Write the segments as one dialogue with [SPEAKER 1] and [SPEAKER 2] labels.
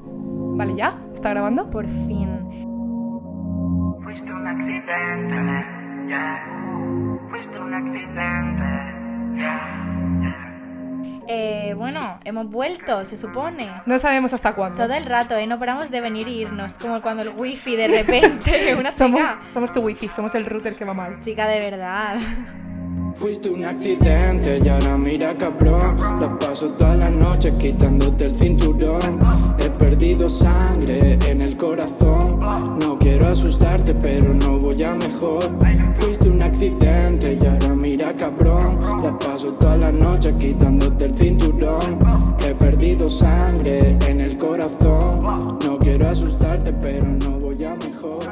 [SPEAKER 1] Vale, ¿ya? ¿Está grabando? Pues
[SPEAKER 2] Por fin.
[SPEAKER 3] Fuiste un accidente, eh. ya. Fuiste un accidente, ya.
[SPEAKER 2] Eh, bueno, hemos vuelto, se supone.
[SPEAKER 1] No sabemos hasta cuándo.
[SPEAKER 2] Todo el rato, ¿eh? No paramos de venir e irnos. Como cuando el wifi de repente. Una
[SPEAKER 1] Somos,
[SPEAKER 2] chica.
[SPEAKER 1] somos tu wifi, somos el router que va mal.
[SPEAKER 2] Chica de verdad.
[SPEAKER 4] Fuiste un accidente y ahora mira cabrón Te paso toda la noche quitándote el cinturón He perdido sangre en el corazón No quiero asustarte pero no voy a mejor Fuiste un accidente y ahora mira cabrón Te paso toda la noche quitándote el cinturón He perdido sangre en el corazón No quiero asustarte pero no voy a mejor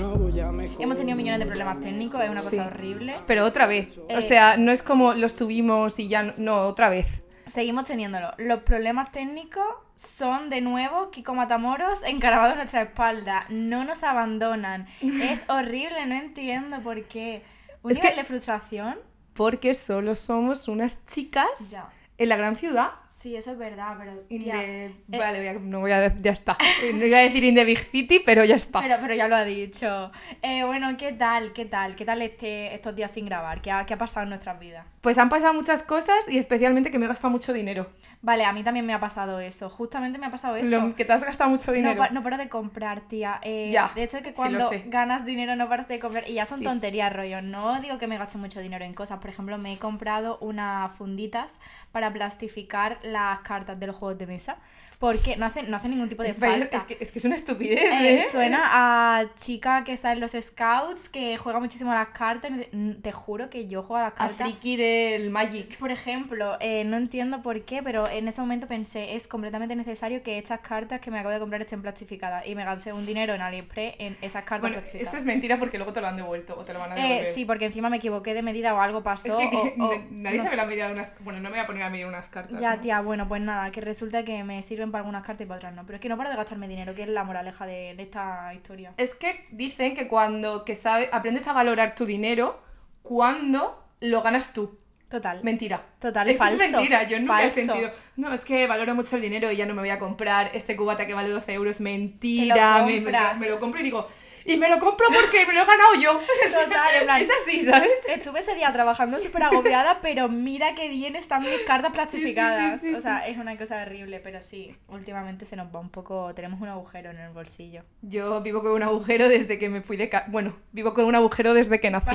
[SPEAKER 4] No voy a mejor
[SPEAKER 2] Hemos tenido millones de problemas técnicos, es una cosa
[SPEAKER 1] Sí.
[SPEAKER 2] horrible.
[SPEAKER 1] Pero otra vez. O
[SPEAKER 2] Eh.
[SPEAKER 1] sea, no es como los tuvimos y ya. no- No, otra vez.
[SPEAKER 2] Seguimos teniéndolo. Los problemas técnicos son de nuevo Kiko Matamoros encaravados en nuestra espalda. No nos abandonan. Es horrible, no entiendo por qué. Un
[SPEAKER 1] Es
[SPEAKER 2] nivel
[SPEAKER 1] que-
[SPEAKER 2] de frustración.
[SPEAKER 1] Porque solo somos unas chicas
[SPEAKER 2] Ya.
[SPEAKER 1] en la gran ciudad.
[SPEAKER 2] Sí, eso es verdad, pero.
[SPEAKER 1] In
[SPEAKER 2] tía,
[SPEAKER 1] the-
[SPEAKER 2] eh,
[SPEAKER 1] Vale, voy a- no voy a. Ya está. No iba a decir in the big city, pero ya está.
[SPEAKER 2] Pero, pero ya lo ha dicho. Eh, bueno, ¿qué tal? ¿Qué tal? ¿Qué tal este, estos días sin grabar? ¿Qué ha, qué ha pasado en nuestras vidas?
[SPEAKER 1] Pues han pasado muchas cosas y especialmente que me he gastado mucho dinero.
[SPEAKER 2] Vale, a mí también me ha pasado eso. Justamente me ha pasado eso.
[SPEAKER 1] Lo- que te has gastado mucho
[SPEAKER 2] No,
[SPEAKER 1] dinero.
[SPEAKER 2] pa- no paro de comprar, tía. Eh,
[SPEAKER 1] Ya,
[SPEAKER 2] de hecho, es que
[SPEAKER 1] sí lo
[SPEAKER 2] cuando
[SPEAKER 1] sé.
[SPEAKER 2] ganas dinero no paras de comprar. Y ya son
[SPEAKER 1] Sí.
[SPEAKER 2] tonterías, rollo. No digo que me gaste mucho dinero en cosas. Por ejemplo, me he comprado unas funditas para plastificar las cartas de los juegos de mesa. Porque no hace, no hace ningún tipo de
[SPEAKER 1] Pero
[SPEAKER 2] falta.
[SPEAKER 1] Es, que, es que es una estupidez,
[SPEAKER 2] Eh,
[SPEAKER 1] ¿eh?
[SPEAKER 2] suena a chica que está en los scouts, que juega muchísimo a las cartas. Mm, Te juro que yo juego a las
[SPEAKER 1] A
[SPEAKER 2] cartas.
[SPEAKER 1] friki del Magic.
[SPEAKER 2] Por ejemplo, eh, no entiendo por qué, pero en ese momento pensé, es completamente necesario que estas cartas que me acabo de comprar estén plastificadas. Y me gasté un dinero en AliExpress en esas cartas
[SPEAKER 1] Bueno,
[SPEAKER 2] plastificadas.
[SPEAKER 1] eso es mentira porque luego te lo han devuelto o te lo van a
[SPEAKER 2] Eh,
[SPEAKER 1] devolver.
[SPEAKER 2] sí, porque encima me equivoqué de medida o algo
[SPEAKER 1] Es
[SPEAKER 2] pasó.
[SPEAKER 1] que
[SPEAKER 2] o- o-
[SPEAKER 1] n- nadie
[SPEAKER 2] no
[SPEAKER 1] se
[SPEAKER 2] sé.
[SPEAKER 1] habrá medido unas... Bueno, no me voy a poner a medir unas cartas.
[SPEAKER 2] Ya,
[SPEAKER 1] ¿no?
[SPEAKER 2] tía, bueno, pues nada, que resulta que me sirven para algunas cartas y para otras no. Pero es que no paro de gastarme dinero, que es la moraleja de, de esta historia.
[SPEAKER 1] Es que dicen que cuando que sabe- aprendes a valorar tu dinero, cuando lo ganas tú.
[SPEAKER 2] Total.
[SPEAKER 1] Mentira.
[SPEAKER 2] Total,
[SPEAKER 1] Esto
[SPEAKER 2] falso.
[SPEAKER 1] es mentira, yo nunca he
[SPEAKER 2] falso.
[SPEAKER 1] sentido. No, es que valoro mucho el dinero y ya no me voy a comprar este cubata que vale 12 euros.
[SPEAKER 2] Te
[SPEAKER 1] Mentira,
[SPEAKER 2] lo
[SPEAKER 1] me, me,
[SPEAKER 2] compras.
[SPEAKER 1] me lo compro y digo, y me lo compro porque me lo he ganado yo.
[SPEAKER 2] Total, en plan-
[SPEAKER 1] es así, ¿sabes?
[SPEAKER 2] Estuve ese día trabajando súper agobiada, pero mira qué bien están mis cartas plastificadas.
[SPEAKER 1] sí, sí,
[SPEAKER 2] o sea, es una cosa horrible, pero sí, últimamente se nos va un poco, tenemos un agujero en el bolsillo.
[SPEAKER 1] Yo vivo con un agujero desde que me fui de ca- Bueno, vivo con un agujero desde que nací.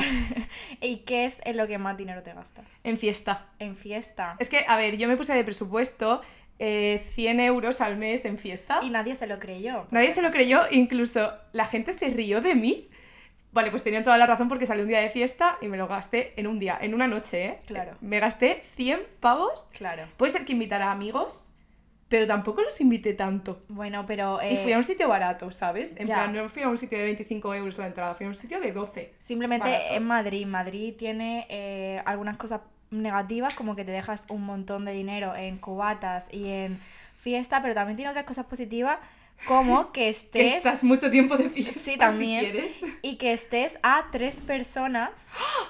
[SPEAKER 2] ¿Y qué es en lo que más dinero te gastas?
[SPEAKER 1] en fiesta.
[SPEAKER 2] En fiesta.
[SPEAKER 1] Es que, a ver, yo me puse de presupuesto eh, 100 euros al mes en fiesta.
[SPEAKER 2] Y nadie se lo creyó. pues,
[SPEAKER 1] Nadie se lo creyó, incluso la gente se rió de mí. Vale, pues tenían toda la razón porque salí un día de fiesta y me lo gasté en un día, en una noche, ¿eh?
[SPEAKER 2] Claro.
[SPEAKER 1] Me gasté 100 pavos.
[SPEAKER 2] Claro.
[SPEAKER 1] Puede ser que invitara amigos, pero tampoco los invité tanto.
[SPEAKER 2] Bueno, pero...
[SPEAKER 1] Y
[SPEAKER 2] eh,
[SPEAKER 1] fui a un sitio barato, ¿sabes? En
[SPEAKER 2] ya.
[SPEAKER 1] plan, no fui a un sitio de 25 euros la entrada, fui a un sitio de 12.
[SPEAKER 2] Simplemente
[SPEAKER 1] Barato.
[SPEAKER 2] en Madrid. Madrid tiene eh, algunas cosas negativas, como que te dejas un montón de dinero en cubatas y en fiesta, pero también tiene otras cosas positivas, como que
[SPEAKER 1] Que
[SPEAKER 2] estés
[SPEAKER 1] estás mucho tiempo de fiesta.
[SPEAKER 2] Sí, también.
[SPEAKER 1] Si quieres.
[SPEAKER 2] y que estés a tres personas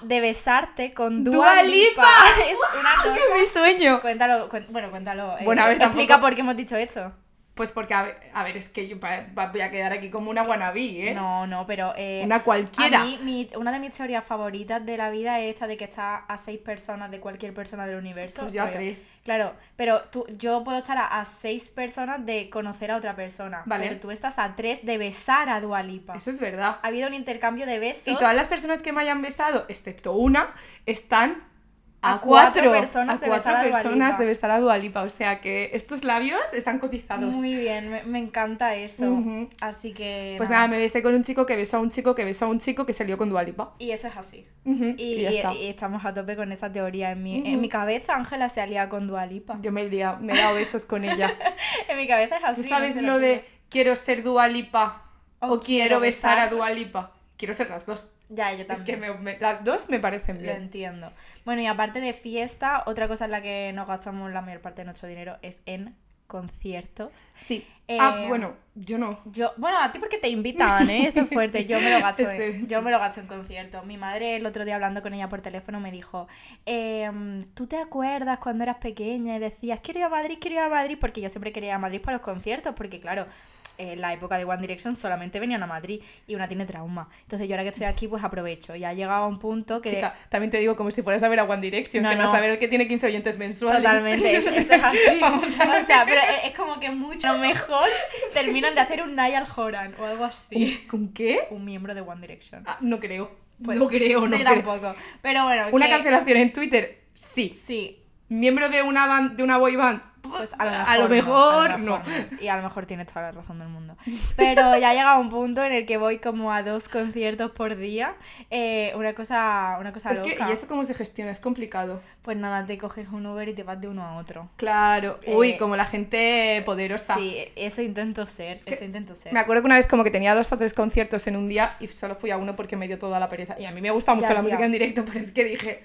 [SPEAKER 2] de besarte con Dua,
[SPEAKER 1] ¡Dua
[SPEAKER 2] Lipa. Es una cosa.
[SPEAKER 1] mi sueño!
[SPEAKER 2] Cuéntalo, cuen- bueno, cuéntalo. eh,
[SPEAKER 1] Bueno, a ver, tampoco-
[SPEAKER 2] explica por qué hemos dicho eso.
[SPEAKER 1] Pues porque, a ver, a ver, es que yo pa- pa- voy a quedar aquí como una wannabe, ¿eh?
[SPEAKER 2] No, no, pero eh,
[SPEAKER 1] Una cualquiera.
[SPEAKER 2] A mí, mi- una de mis teorías favoritas de la vida es esta de que está a seis personas de cualquier persona del universo.
[SPEAKER 1] Pues yo a
[SPEAKER 2] Pero-
[SPEAKER 1] tres.
[SPEAKER 2] Claro, pero tú, yo puedo estar a, a seis personas de conocer a otra persona.
[SPEAKER 1] Vale.
[SPEAKER 2] Pero tú estás a tres de besar a Dualipa.
[SPEAKER 1] Eso es verdad.
[SPEAKER 2] Ha habido un intercambio de besos.
[SPEAKER 1] Y todas las personas que me hayan besado, excepto una, están a,
[SPEAKER 2] A cuatro
[SPEAKER 1] personas, a
[SPEAKER 2] personas de
[SPEAKER 1] cuatro
[SPEAKER 2] besar a Dua
[SPEAKER 1] personas
[SPEAKER 2] Lipa.
[SPEAKER 1] de besar a Dualipa. O sea que estos labios están cotizados.
[SPEAKER 2] Muy bien, me, me encanta eso.
[SPEAKER 1] Ujú.
[SPEAKER 2] Así que.
[SPEAKER 1] Pues nada, me besé con un chico que besó a un chico que besó a un chico que se lió con Dualipa.
[SPEAKER 2] Y eso es así. Y,
[SPEAKER 1] Y, ya
[SPEAKER 2] y-
[SPEAKER 1] está.
[SPEAKER 2] y estamos a tope con esa teoría. En mi,
[SPEAKER 1] Ujú.
[SPEAKER 2] en mi cabeza, Ángela se alía con Dualipa.
[SPEAKER 1] Yo me he liado- me he dado besos con ella.
[SPEAKER 2] En mi cabeza es así.
[SPEAKER 1] ¿Tú
[SPEAKER 2] no
[SPEAKER 1] sabes
[SPEAKER 2] sé
[SPEAKER 1] lo de
[SPEAKER 2] que-
[SPEAKER 1] quiero ser Dualipa o,
[SPEAKER 2] O
[SPEAKER 1] quiero
[SPEAKER 2] quiero
[SPEAKER 1] besar a
[SPEAKER 2] besar-
[SPEAKER 1] Dualipa? Quiero ser las dos.
[SPEAKER 2] Ya, yo
[SPEAKER 1] Es que
[SPEAKER 2] también.
[SPEAKER 1] me- me- las dos me parecen
[SPEAKER 2] Lo
[SPEAKER 1] bien.
[SPEAKER 2] entiendo. Bueno, y aparte de fiesta, otra cosa en la que nos gastamos la mayor parte de nuestro dinero es en conciertos.
[SPEAKER 1] Sí.
[SPEAKER 2] Eh,
[SPEAKER 1] Ah, bueno, yo no.
[SPEAKER 2] Yo, bueno, a ti porque te invitan, ¿eh? Esto es fuerte. Yo me lo gasto, en-
[SPEAKER 1] Este-
[SPEAKER 2] yo me lo gasto en conciertos. Mi madre el otro día hablando con ella por teléfono me dijo, ehm, ¿tú te acuerdas cuando eras pequeña y decías, quiero ir a Madrid, quiero ir a Madrid? Porque yo siempre quería ir a Madrid para los conciertos, porque claro, en la época de One Direction solamente venían a Madrid y una tiene trauma. Entonces yo ahora que estoy aquí, pues aprovecho. Ya ha llegado a un punto que...
[SPEAKER 1] Chica, también te digo como si fueras a ver a One Direction,
[SPEAKER 2] No,
[SPEAKER 1] que no,
[SPEAKER 2] no.
[SPEAKER 1] saber que tiene 15 oyentes mensuales.
[SPEAKER 2] Totalmente, eso, eso es así.
[SPEAKER 1] Vamos a ver.
[SPEAKER 2] O sea, pero es, es como que mucho a lo mejor terminan de hacer un Niall Horan o algo así.
[SPEAKER 1] ¿Con qué?
[SPEAKER 2] Un miembro de One Direction.
[SPEAKER 1] Ah, no creo.
[SPEAKER 2] Pues,
[SPEAKER 1] no creo, no
[SPEAKER 2] yo
[SPEAKER 1] creo.
[SPEAKER 2] tampoco. Pero bueno,
[SPEAKER 1] Una
[SPEAKER 2] que-
[SPEAKER 1] cancelación en Twitter, sí.
[SPEAKER 2] Sí.
[SPEAKER 1] Miembro de una band, de una boy band,
[SPEAKER 2] Pues a lo mejor,
[SPEAKER 1] a lo mejor,
[SPEAKER 2] a lo
[SPEAKER 1] no.
[SPEAKER 2] mejor Y a lo mejor tienes toda la razón del mundo. Pero ya ha llegado un punto en el que voy como a dos conciertos por día. Eh, una cosa, una cosa
[SPEAKER 1] Es que,
[SPEAKER 2] loca.
[SPEAKER 1] ¿y esto cómo se gestiona? Es complicado.
[SPEAKER 2] Pues nada, te coges un Uber y te vas de uno a otro.
[SPEAKER 1] Claro. Uy,
[SPEAKER 2] Eh,
[SPEAKER 1] como la gente poderosa.
[SPEAKER 2] Sí, eso intento ser,
[SPEAKER 1] que
[SPEAKER 2] eso intento ser.
[SPEAKER 1] Me acuerdo que una vez como que tenía dos o tres conciertos en un día y solo fui a uno porque me dio toda la pereza. Y a mí me gusta mucho
[SPEAKER 2] Ya,
[SPEAKER 1] la
[SPEAKER 2] tía.
[SPEAKER 1] música en directo, pero es que dije,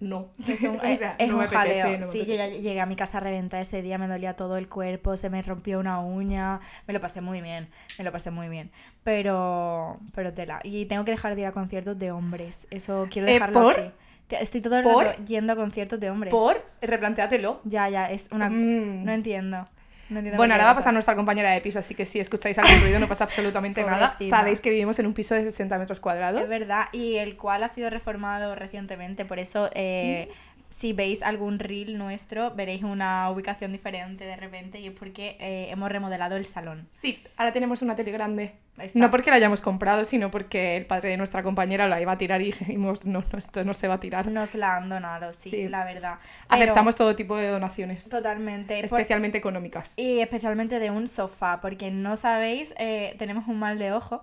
[SPEAKER 1] no.
[SPEAKER 2] Es un,
[SPEAKER 1] O
[SPEAKER 2] es-
[SPEAKER 1] sea,
[SPEAKER 2] es
[SPEAKER 1] no
[SPEAKER 2] un
[SPEAKER 1] me apetece,
[SPEAKER 2] jaleo.
[SPEAKER 1] no me
[SPEAKER 2] sí, yo
[SPEAKER 1] apetece.
[SPEAKER 2] ya llegué a mi casa reventada ese día, me dolía todo el cuerpo, se me rompió una uña, me lo pasé muy bien, me lo pasé muy bien. Pero, pero tela. Y tengo que dejar de ir a conciertos de hombres, eso quiero
[SPEAKER 1] Eh,
[SPEAKER 2] dejarlo
[SPEAKER 1] ¿por?
[SPEAKER 2] aquí. Te- Estoy todo el
[SPEAKER 1] ¿Por?
[SPEAKER 2] rato yendo a conciertos de hombres.
[SPEAKER 1] Por, replantéatelo.
[SPEAKER 2] Ya, ya, es una...
[SPEAKER 1] Mm.
[SPEAKER 2] No entiendo. No
[SPEAKER 1] Bueno,
[SPEAKER 2] entiendo por qué
[SPEAKER 1] ahora va a
[SPEAKER 2] pasa.
[SPEAKER 1] pasar nuestra compañera de piso, así que si escucháis algún ruido no pasa absolutamente nada.
[SPEAKER 2] Pobrecita.
[SPEAKER 1] Sabéis que vivimos en un piso de 60 metros cuadrados.
[SPEAKER 2] Es verdad, y el cual ha sido reformado recientemente, por eso eh,
[SPEAKER 1] Mm.
[SPEAKER 2] si veis algún reel nuestro, veréis una ubicación diferente de repente y es porque eh, hemos remodelado el salón.
[SPEAKER 1] Sí, ahora tenemos una tele grande.
[SPEAKER 2] Ahí está.
[SPEAKER 1] No porque la hayamos comprado, sino porque el padre de nuestra compañera la iba a tirar y dijimos, no, no, esto no se va a tirar.
[SPEAKER 2] Nos la han donado, sí,
[SPEAKER 1] Sí.
[SPEAKER 2] la verdad. Pero-
[SPEAKER 1] Aceptamos todo tipo de donaciones,
[SPEAKER 2] totalmente. por-
[SPEAKER 1] especialmente económicas.
[SPEAKER 2] Y especialmente de un sofá, porque no sabéis, eh, tenemos un mal de ojo.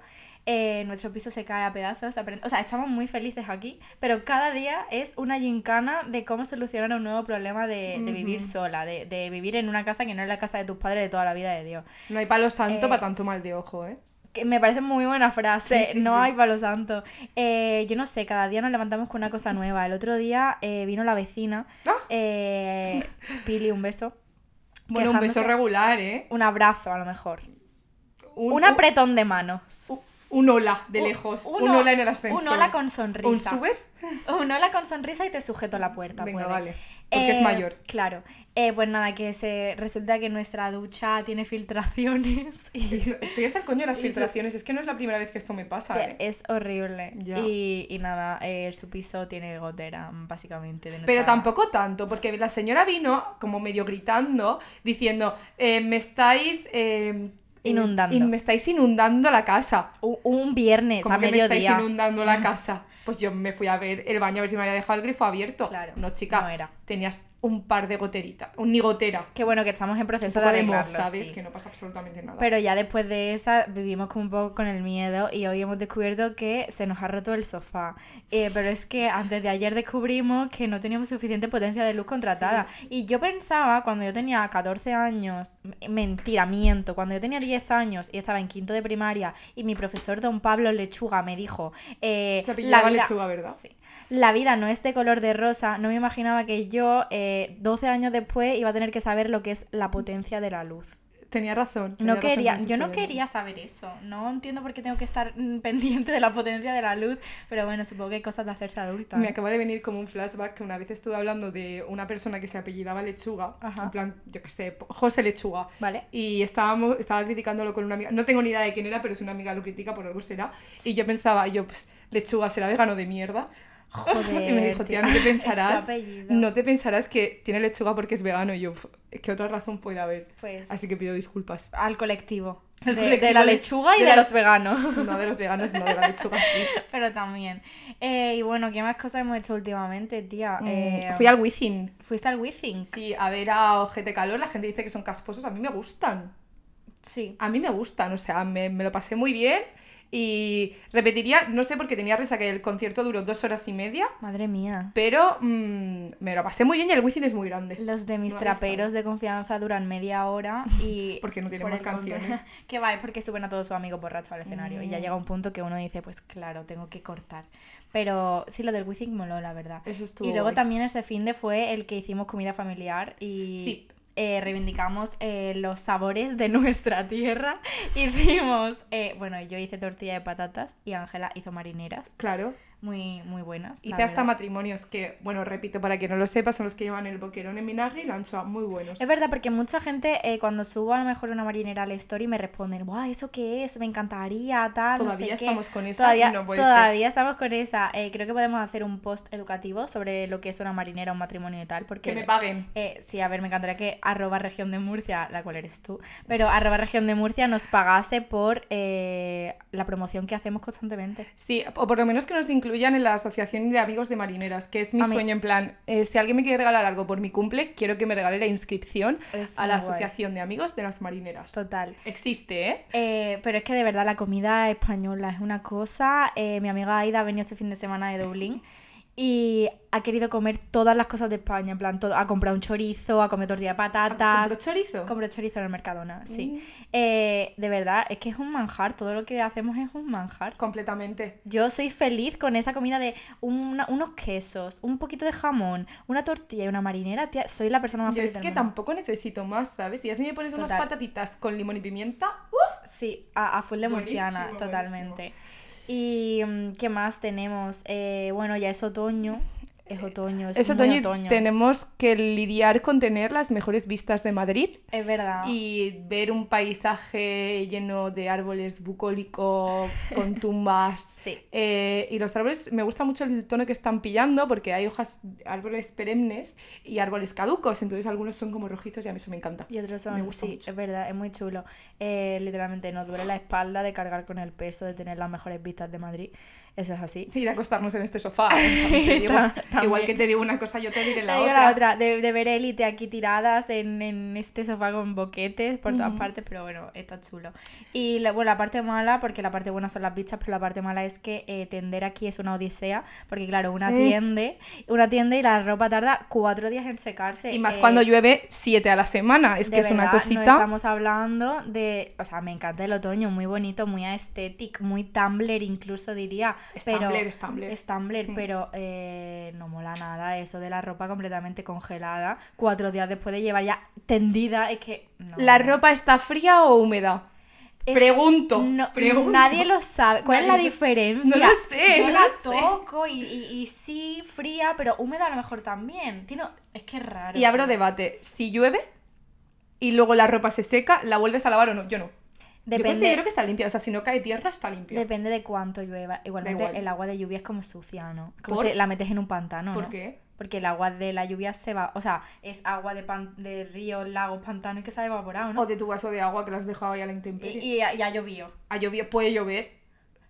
[SPEAKER 2] eh, nuestro piso se cae a pedazos. apare- O sea, estamos muy felices aquí, pero cada día es una gincana de cómo solucionar un nuevo problema de, de vivir
[SPEAKER 1] Ujú.
[SPEAKER 2] sola, de, de vivir en una casa que no es la casa de tus padres de toda la vida de Dios.
[SPEAKER 1] No hay palo santo
[SPEAKER 2] Eh,
[SPEAKER 1] para tanto mal de ojo, ¿eh?
[SPEAKER 2] Que me parece muy buena frase,
[SPEAKER 1] Sí, sí,
[SPEAKER 2] no
[SPEAKER 1] sí.
[SPEAKER 2] hay palo santo. Eh, yo no sé, cada día nos levantamos con una cosa nueva. El otro día eh, vino la vecina,
[SPEAKER 1] Ah.
[SPEAKER 2] eh, Pili, un beso.
[SPEAKER 1] Bueno, un beso
[SPEAKER 2] quejándose-
[SPEAKER 1] regular, ¿eh?
[SPEAKER 2] Un abrazo, a lo mejor.
[SPEAKER 1] Un,
[SPEAKER 2] Un
[SPEAKER 1] un-
[SPEAKER 2] apretón de manos.
[SPEAKER 1] un, un hola de
[SPEAKER 2] Un-
[SPEAKER 1] lejos,
[SPEAKER 2] un
[SPEAKER 1] un,
[SPEAKER 2] ho-
[SPEAKER 1] hola en el ascensor.
[SPEAKER 2] Un hola con
[SPEAKER 1] ¿Un
[SPEAKER 2] sonrisa.
[SPEAKER 1] subes?
[SPEAKER 2] Un hola con sonrisa y te sujeto la puerta.
[SPEAKER 1] Venga,
[SPEAKER 2] puede.
[SPEAKER 1] vale. Porque es
[SPEAKER 2] Eh,
[SPEAKER 1] mayor.
[SPEAKER 2] Claro. Eh, pues nada, que se resulta que nuestra ducha tiene filtraciones y
[SPEAKER 1] Esto- Estoy hasta el coño de las
[SPEAKER 2] Y su-
[SPEAKER 1] filtraciones. Es que no es la primera vez que esto me pasa, ¿eh?
[SPEAKER 2] es horrible.
[SPEAKER 1] Ya.
[SPEAKER 2] Y, y nada, eh, su piso tiene gotera, básicamente. de
[SPEAKER 1] Pero
[SPEAKER 2] nuestra-
[SPEAKER 1] tampoco tanto, porque la señora vino como medio gritando, diciendo, eh, me estáis... eh,
[SPEAKER 2] Inundando.
[SPEAKER 1] in- me estáis inundando la casa.
[SPEAKER 2] Un, un viernes
[SPEAKER 1] Como
[SPEAKER 2] a
[SPEAKER 1] que me
[SPEAKER 2] mediodía.
[SPEAKER 1] estáis inundando la casa. Pues yo me fui a ver el baño a ver si me había dejado el grifo abierto.
[SPEAKER 2] Claro,
[SPEAKER 1] No, chica.
[SPEAKER 2] no era.
[SPEAKER 1] Tenías un par de goteritas. Un ni gotera.
[SPEAKER 2] Que bueno, que estamos en proceso
[SPEAKER 1] Un
[SPEAKER 2] de
[SPEAKER 1] poco de moho,
[SPEAKER 2] arreglarlo,
[SPEAKER 1] ¿sabes?
[SPEAKER 2] sí.
[SPEAKER 1] Que no pasa absolutamente nada.
[SPEAKER 2] Pero ya después de esa vivimos como un poco con el miedo y hoy hemos descubierto que se nos ha roto el sofá. Eh, pero es que antes de ayer descubrimos que no teníamos suficiente potencia de luz contratada. Y yo pensaba cuando yo tenía 14 años, m- mentira, miento, cuando yo tenía 10 años y estaba en quinto de primaria y mi profesor don Pablo Lechuga me dijo... eh,
[SPEAKER 1] Se apellidaba
[SPEAKER 2] vida-
[SPEAKER 1] Lechuga, ¿verdad?
[SPEAKER 2] Sí. La vida no es de color de rosa. No me imaginaba que yo, eh, 12 años después, iba a tener que saber lo que es la potencia de la luz.
[SPEAKER 1] tenía razón. tenía
[SPEAKER 2] No
[SPEAKER 1] razón
[SPEAKER 2] quería,
[SPEAKER 1] con ese
[SPEAKER 2] yo no
[SPEAKER 1] problema.
[SPEAKER 2] quería saber eso. No entiendo por qué tengo que estar mm, pendiente de la potencia de la luz, pero bueno, supongo que hay cosas de hacerse ¿eh? adulta.
[SPEAKER 1] Me acaba de venir como un flashback que una vez estuve hablando de una persona que se apellidaba Lechuga.
[SPEAKER 2] Ajá.
[SPEAKER 1] En plan, yo qué sé, José Lechuga.
[SPEAKER 2] Vale.
[SPEAKER 1] Y estábamos, estaba criticándolo con una amiga. No tengo ni idea de quién era, pero es una amiga lo critica por algo será. Y yo pensaba, yo, pues, Lechuga será vegano de mierda.
[SPEAKER 2] Joder,
[SPEAKER 1] y me dijo, tía, no te
[SPEAKER 2] tío,
[SPEAKER 1] pensarás.
[SPEAKER 2] su apellido.
[SPEAKER 1] No te pensarás que tiene lechuga porque es vegano. Y yo, "Pf, ¿qué otra razón puede haber?
[SPEAKER 2] Pues
[SPEAKER 1] Así que pido disculpas.
[SPEAKER 2] al colectivo.
[SPEAKER 1] Al
[SPEAKER 2] de,
[SPEAKER 1] colectivo
[SPEAKER 2] de la
[SPEAKER 1] de-
[SPEAKER 2] lechuga y de,
[SPEAKER 1] de la-
[SPEAKER 2] los veganos.
[SPEAKER 1] No de los veganos, no de la lechuga. sí.
[SPEAKER 2] pero también. Eh, y bueno, ¿qué más cosas hemos hecho últimamente, tía? Eh,
[SPEAKER 1] Mm, Fui al Wizzing.
[SPEAKER 2] ¿Fuiste al Withing?
[SPEAKER 1] Sí, a ver a Ojete Calor, la gente dice que son casposos, a mí me gustan.
[SPEAKER 2] Sí.
[SPEAKER 1] a mí me gustan, o sea, me, me lo pasé muy bien y repetiría, no sé porque tenía risa que el concierto duró dos horas y media,
[SPEAKER 2] Madre mía.
[SPEAKER 1] pero mm, me lo pasé muy bien y el Wizzing es muy grande.
[SPEAKER 2] Los de mis
[SPEAKER 1] No había
[SPEAKER 2] traperos de confianza duran media hora y...
[SPEAKER 1] Porque no tienen
[SPEAKER 2] por
[SPEAKER 1] más
[SPEAKER 2] el contra-
[SPEAKER 1] canciones.
[SPEAKER 2] que va, es porque suben a todos sus amigos borrachos al escenario y ya
[SPEAKER 1] Mm.
[SPEAKER 2] llega un punto que uno dice, pues claro, tengo que cortar. Pero sí, lo del Wizzing moló, la verdad.
[SPEAKER 1] Eso estuvo
[SPEAKER 2] Y luego
[SPEAKER 1] guay.
[SPEAKER 2] también ese fin de fue el que hicimos comida familiar y...
[SPEAKER 1] Sí.
[SPEAKER 2] eh, reivindicamos eh, los sabores de nuestra tierra. Hicimos, eh, bueno, yo hice tortilla de patatas y Ángela hizo marineras.
[SPEAKER 1] Claro,
[SPEAKER 2] muy, muy buenas. la
[SPEAKER 1] Hice hasta
[SPEAKER 2] verdad.
[SPEAKER 1] matrimonios que, bueno, repito, para quien no lo sepa, son los que llevan el boquerón en vinagre y la anchoa muy buenos.
[SPEAKER 2] Es verdad, porque mucha gente eh, cuando subo a lo mejor una marinera a la story me responden, guau, ¿eso qué es? Me encantaría, tal, no sé
[SPEAKER 1] Todavía
[SPEAKER 2] qué".
[SPEAKER 1] estamos con esas
[SPEAKER 2] Todavía,
[SPEAKER 1] y no puede ser.
[SPEAKER 2] todavía estamos con esa. Eh, creo que podemos hacer un post educativo sobre lo que es una marinera, un matrimonio y tal, porque...
[SPEAKER 1] Que me paguen.
[SPEAKER 2] Eh, sí, a ver, me encantaría que arroba región de Murcia, la cual eres tú, pero arroba región de Murcia nos pagase por eh, la promoción que hacemos constantemente.
[SPEAKER 1] Sí, o por lo menos que nos incluyan en la Asociación de Amigos de Marineras, que es mi
[SPEAKER 2] A mí-
[SPEAKER 1] sueño en plan, eh, si alguien me quiere regalar algo por mi cumple, quiero que me regale la inscripción
[SPEAKER 2] Es
[SPEAKER 1] a la
[SPEAKER 2] muy guay.
[SPEAKER 1] Asociación de Amigos de las Marineras.
[SPEAKER 2] Total.
[SPEAKER 1] Existe, ¿eh?
[SPEAKER 2] Eh, pero es que de verdad la comida española es una cosa. Eh, mi amiga Aida ha venido este fin de semana de Dublín y ha querido comer todas las cosas de España. En plan, todo- ha comprado un chorizo, ha comido tortilla de patatas.
[SPEAKER 1] ¿Compró Ah, chorizo? Mm.
[SPEAKER 2] Compró chorizo en el Mercadona, sí. Eh, de verdad, es que es un manjar. Todo lo que hacemos es un manjar.
[SPEAKER 1] Completamente.
[SPEAKER 2] Yo soy feliz con esa comida de una- unos quesos, un poquito de jamón, una tortilla y una marinera. Tía, soy la persona más
[SPEAKER 1] Yo
[SPEAKER 2] Ah, feliz
[SPEAKER 1] es
[SPEAKER 2] del
[SPEAKER 1] que
[SPEAKER 2] mundo.
[SPEAKER 1] tampoco necesito más, ¿sabes? Y así me pones unas
[SPEAKER 2] Total.
[SPEAKER 1] patatitas con limón y pimienta.
[SPEAKER 2] Sí, a, a full de
[SPEAKER 1] Buenísimo,
[SPEAKER 2] murciana,
[SPEAKER 1] buenísimo.
[SPEAKER 2] totalmente. ¿Y mm, qué más tenemos? Eh, bueno, ya es otoño. Es
[SPEAKER 1] Eh,
[SPEAKER 2] otoño, es,
[SPEAKER 1] Es
[SPEAKER 2] Pues muy
[SPEAKER 1] otoño
[SPEAKER 2] otoño.
[SPEAKER 1] y tenemos que lidiar con tener las mejores vistas de Madrid
[SPEAKER 2] Es verdad.
[SPEAKER 1] y ver un paisaje lleno de árboles bucólico, con tumbas.
[SPEAKER 2] Sí.
[SPEAKER 1] Eh, y los árboles, me gusta mucho el tono que están pillando porque hay hojas, árboles perennes y árboles caducos, entonces algunos son como rojizos y a mí eso me encanta.
[SPEAKER 2] Y otros
[SPEAKER 1] Me
[SPEAKER 2] son,
[SPEAKER 1] gusta
[SPEAKER 2] sí,
[SPEAKER 1] mucho.
[SPEAKER 2] es verdad, es muy chulo. Eh, literalmente nos duele la espalda de cargar con el peso, de tener las mejores vistas de Madrid. Eso es así.
[SPEAKER 1] Ir a acostarnos en este sofá. ¿eh? También te digo-
[SPEAKER 2] También.
[SPEAKER 1] igual que te digo una cosa, yo te diré la
[SPEAKER 2] Te digo
[SPEAKER 1] otra.
[SPEAKER 2] la otra, de, de ver élite aquí tiradas en, en este sofá con boquetes por todas
[SPEAKER 1] Ujú.
[SPEAKER 2] partes, pero bueno, está chulo. Y la, bueno, la parte mala, porque la parte buena son las vistas, pero la parte mala es que eh, tender aquí es una odisea, porque claro, una
[SPEAKER 1] Mm.
[SPEAKER 2] tiende, una tiende y la ropa tarda cuatro días en secarse.
[SPEAKER 1] Y más
[SPEAKER 2] eh,
[SPEAKER 1] cuando llueve siete a la semana, es
[SPEAKER 2] de
[SPEAKER 1] que es una
[SPEAKER 2] verdad, no
[SPEAKER 1] cosita.
[SPEAKER 2] estamos hablando de, o sea, me encanta el otoño, muy bonito, muy aesthetic, muy Tumblr incluso diría,
[SPEAKER 1] Es
[SPEAKER 2] pero
[SPEAKER 1] Tumblr, es Tumblr.
[SPEAKER 2] es Tumblr,
[SPEAKER 1] Mm.
[SPEAKER 2] pero eh, no mola nada eso de la ropa completamente congelada, cuatro días después de llevar ya tendida, es que no.
[SPEAKER 1] ¿La ropa está fría o húmeda?
[SPEAKER 2] Es-
[SPEAKER 1] pregunto,
[SPEAKER 2] no,
[SPEAKER 1] pregunto.
[SPEAKER 2] Nadie lo sabe. ¿Cuál es la
[SPEAKER 1] Nadie- No
[SPEAKER 2] diferencia?
[SPEAKER 1] lo sé,
[SPEAKER 2] Yo
[SPEAKER 1] no
[SPEAKER 2] la
[SPEAKER 1] lo sé.
[SPEAKER 2] toco y, y- y sí, fría, pero húmeda a lo mejor también. Tiene- es que es raro.
[SPEAKER 1] Y abro
[SPEAKER 2] tío.
[SPEAKER 1] debate. Si llueve y luego la ropa se seca, ¿la vuelves a lavar o no? Yo no.
[SPEAKER 2] Depende.
[SPEAKER 1] Yo considero que está limpia. O sea, si no cae tierra, está limpia.
[SPEAKER 2] Depende de cuánto llueva. Igualmente,
[SPEAKER 1] igual.
[SPEAKER 2] el agua de lluvia es como sucia, ¿no? Como
[SPEAKER 1] ¿Por?
[SPEAKER 2] si la metes en un pantano,
[SPEAKER 1] ¿Por
[SPEAKER 2] ¿no?
[SPEAKER 1] qué?
[SPEAKER 2] Porque el agua de la lluvia se va... O sea, es agua de, pan, de ríos, lagos, pantanos que se ha evaporado, ¿no?
[SPEAKER 1] O de tu vaso de agua que lo has dejado ahí a la
[SPEAKER 2] Y,
[SPEAKER 1] intemperie.
[SPEAKER 2] y ha- y ha llovido.
[SPEAKER 1] ¿A llover? ¿Puede llover?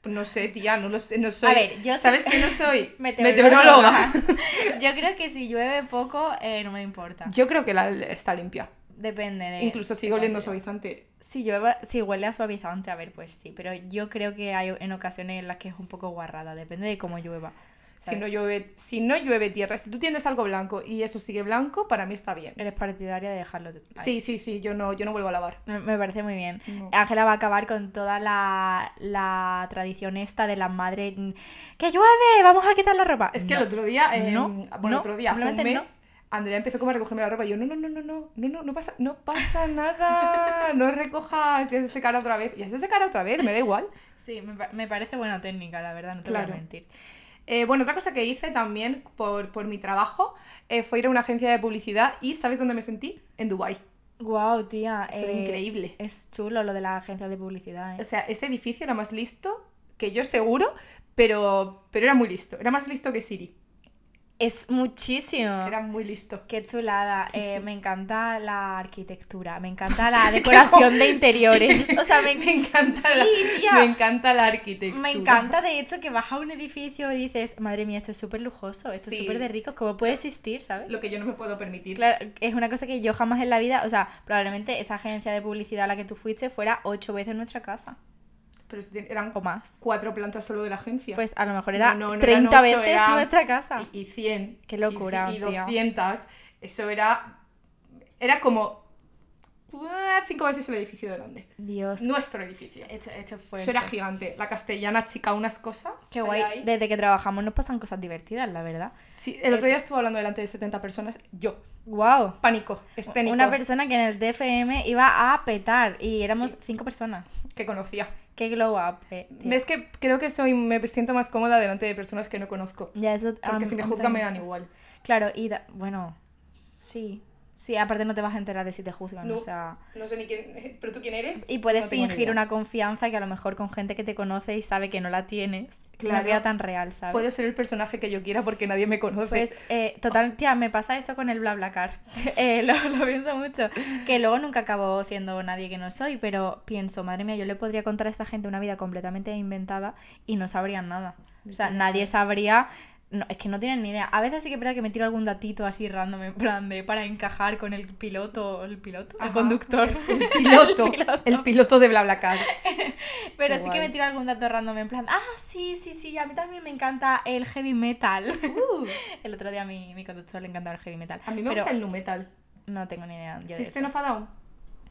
[SPEAKER 1] No sé, tía, no lo sé. No soy...
[SPEAKER 2] ver, yo soy-
[SPEAKER 1] ¿Sabes que no soy?
[SPEAKER 2] Meteoróloga. Yo creo que si llueve poco, eh, no me importa.
[SPEAKER 1] Yo creo que la está limpia.
[SPEAKER 2] Depende de...
[SPEAKER 1] Incluso
[SPEAKER 2] de
[SPEAKER 1] sigue oliendo
[SPEAKER 2] cuánto llueva.
[SPEAKER 1] suavizante.
[SPEAKER 2] Si llueve, si huele a suavizante, a ver, pues sí. Pero yo creo que hay en ocasiones en las que es un poco guarrada. Depende de cómo llueva.
[SPEAKER 1] Si
[SPEAKER 2] ¿sabes?
[SPEAKER 1] no, llueve, si no llueve tierra, si tú tienes algo blanco y eso sigue blanco, para mí está bien.
[SPEAKER 2] Eres partidaria de dejarlo... ahí.
[SPEAKER 1] Sí, sí, sí, yo no, yo no vuelvo a lavar.
[SPEAKER 2] Me me parece muy bien.
[SPEAKER 1] No.
[SPEAKER 2] Ángela va a acabar con toda la, la tradición esta de la madre. mm, ¡Que llueve! ¡Vamos a quitar la ropa!
[SPEAKER 1] Es que
[SPEAKER 2] No.
[SPEAKER 1] el otro día, eh,
[SPEAKER 2] No,
[SPEAKER 1] bueno,
[SPEAKER 2] no,
[SPEAKER 1] otro día, hace un
[SPEAKER 2] simplemente
[SPEAKER 1] mes, Andrea empezó como a recogerme la ropa y yo, no, no, no, no, no, no, no, no pasa, no pasa nada, no recojas, ya se secará otra vez, ya se secará otra vez, me da igual.
[SPEAKER 2] Sí, me, pa- me parece buena técnica, la verdad, no te
[SPEAKER 1] Claro.
[SPEAKER 2] voy a mentir.
[SPEAKER 1] Eh, bueno, otra cosa que hice también por, por mi trabajo eh, fue ir a una agencia de publicidad y ¿sabes dónde me sentí? En Dubai
[SPEAKER 2] ¡Guau, tía! eh,
[SPEAKER 1] Eso era increíble.
[SPEAKER 2] Es chulo lo de las agencias de publicidad. ¿eh?
[SPEAKER 1] O sea, ese edificio era más listo que yo seguro, pero, pero era muy listo, era más listo que Siri,
[SPEAKER 2] Es muchísimo.
[SPEAKER 1] era muy listo.
[SPEAKER 2] Qué chulada,
[SPEAKER 1] Sí,
[SPEAKER 2] eh,
[SPEAKER 1] sí.
[SPEAKER 2] me encanta la arquitectura, me encanta la decoración de interiores, o sea, me,
[SPEAKER 1] Me encanta, la,
[SPEAKER 2] Sí, tía.
[SPEAKER 1] me encanta la arquitectura.
[SPEAKER 2] Me encanta, de hecho, que vas a un edificio y dices, madre mía, esto es súper lujoso, esto
[SPEAKER 1] Sí.
[SPEAKER 2] es súper de ricos, ¿cómo puede existir, sabes?
[SPEAKER 1] Lo que yo no me puedo permitir.
[SPEAKER 2] Claro, es una cosa que yo jamás en la vida, o sea, probablemente esa agencia de publicidad a la que tú fuiste fuera ocho veces nuestra casa
[SPEAKER 1] Pero si tiene- eran
[SPEAKER 2] o más.
[SPEAKER 1] cuatro plantas solo de la agencia.
[SPEAKER 2] Pues a lo mejor era
[SPEAKER 1] No, no, no eran ocho,
[SPEAKER 2] 30 veces
[SPEAKER 1] eran-
[SPEAKER 2] nuestra casa.
[SPEAKER 1] y, y 100.
[SPEAKER 2] Qué locura,
[SPEAKER 1] Y, ci- y
[SPEAKER 2] tía.
[SPEAKER 1] 200. Eso era. Era como. eh, Cinco veces el edificio de grande.
[SPEAKER 2] Dios,
[SPEAKER 1] Nuestro edificio.
[SPEAKER 2] esto, esto fue...
[SPEAKER 1] Eso era gigante. La castellana chica unas cosas.
[SPEAKER 2] Qué
[SPEAKER 1] ahí,
[SPEAKER 2] guay,
[SPEAKER 1] ahí.
[SPEAKER 2] desde que trabajamos nos pasan cosas divertidas, la verdad.
[SPEAKER 1] Sí, el
[SPEAKER 2] Eh,
[SPEAKER 1] otro día estuve hablando delante de 70 personas. Yo.
[SPEAKER 2] Wow.
[SPEAKER 1] Pánico. Escénico.
[SPEAKER 2] Una persona que en el TFM iba a petar y éramos
[SPEAKER 1] Sí.
[SPEAKER 2] cinco personas.
[SPEAKER 1] que conocía.
[SPEAKER 2] Qué glow up. eh, tío.
[SPEAKER 1] Es que creo que soy, me siento más cómoda delante de personas que no conozco.
[SPEAKER 2] Ya, eso.
[SPEAKER 1] Porque
[SPEAKER 2] am-
[SPEAKER 1] si me
[SPEAKER 2] am-
[SPEAKER 1] juzgan me
[SPEAKER 2] también
[SPEAKER 1] dan
[SPEAKER 2] pasa.
[SPEAKER 1] igual.
[SPEAKER 2] Claro, y da- bueno, sí. Sí, aparte no te vas a enterar de si te juzgan,
[SPEAKER 1] No.
[SPEAKER 2] o sea.
[SPEAKER 1] No sé ni quién, pero tú quién eres.
[SPEAKER 2] Y puedes
[SPEAKER 1] No tengo ni
[SPEAKER 2] fingir
[SPEAKER 1] idea.
[SPEAKER 2] una confianza que a lo mejor con gente que te conoce y sabe que no la tienes, claro.
[SPEAKER 1] Claro.
[SPEAKER 2] no queda tan real, ¿sabes?
[SPEAKER 1] Puedo ser el personaje que yo quiera porque nadie me conoce.
[SPEAKER 2] Pues, eh, total, tía, me pasa eso con el BlaBlaCar. Eh, lo, lo pienso mucho. Que luego nunca acabo siendo nadie que no soy, pero pienso, madre mía, yo le podría contar a esta gente una vida completamente inventada y no sabrían nada. O sea, nadie sabría. no, es que no tienen ni idea. A veces sí que es verdad que me tiro algún datito así random en plan de para encajar con el piloto, el piloto, el
[SPEAKER 1] Ajá.
[SPEAKER 2] conductor.
[SPEAKER 1] El piloto, el piloto,
[SPEAKER 2] piloto.
[SPEAKER 1] de BlaBlaCar.
[SPEAKER 2] Pero
[SPEAKER 1] Qué
[SPEAKER 2] sí que me
[SPEAKER 1] guay.
[SPEAKER 2] tiro algún dato random en plan, ah, sí, sí, sí, a mí también me encanta el heavy metal. el otro día a mi, mi conductor le encantaba el heavy metal.
[SPEAKER 1] A mí me
[SPEAKER 2] Uh, pero
[SPEAKER 1] gusta el nu metal.
[SPEAKER 2] No tengo ni idea. Yo de
[SPEAKER 1] ¿System
[SPEAKER 2] eso.
[SPEAKER 1] of a Down?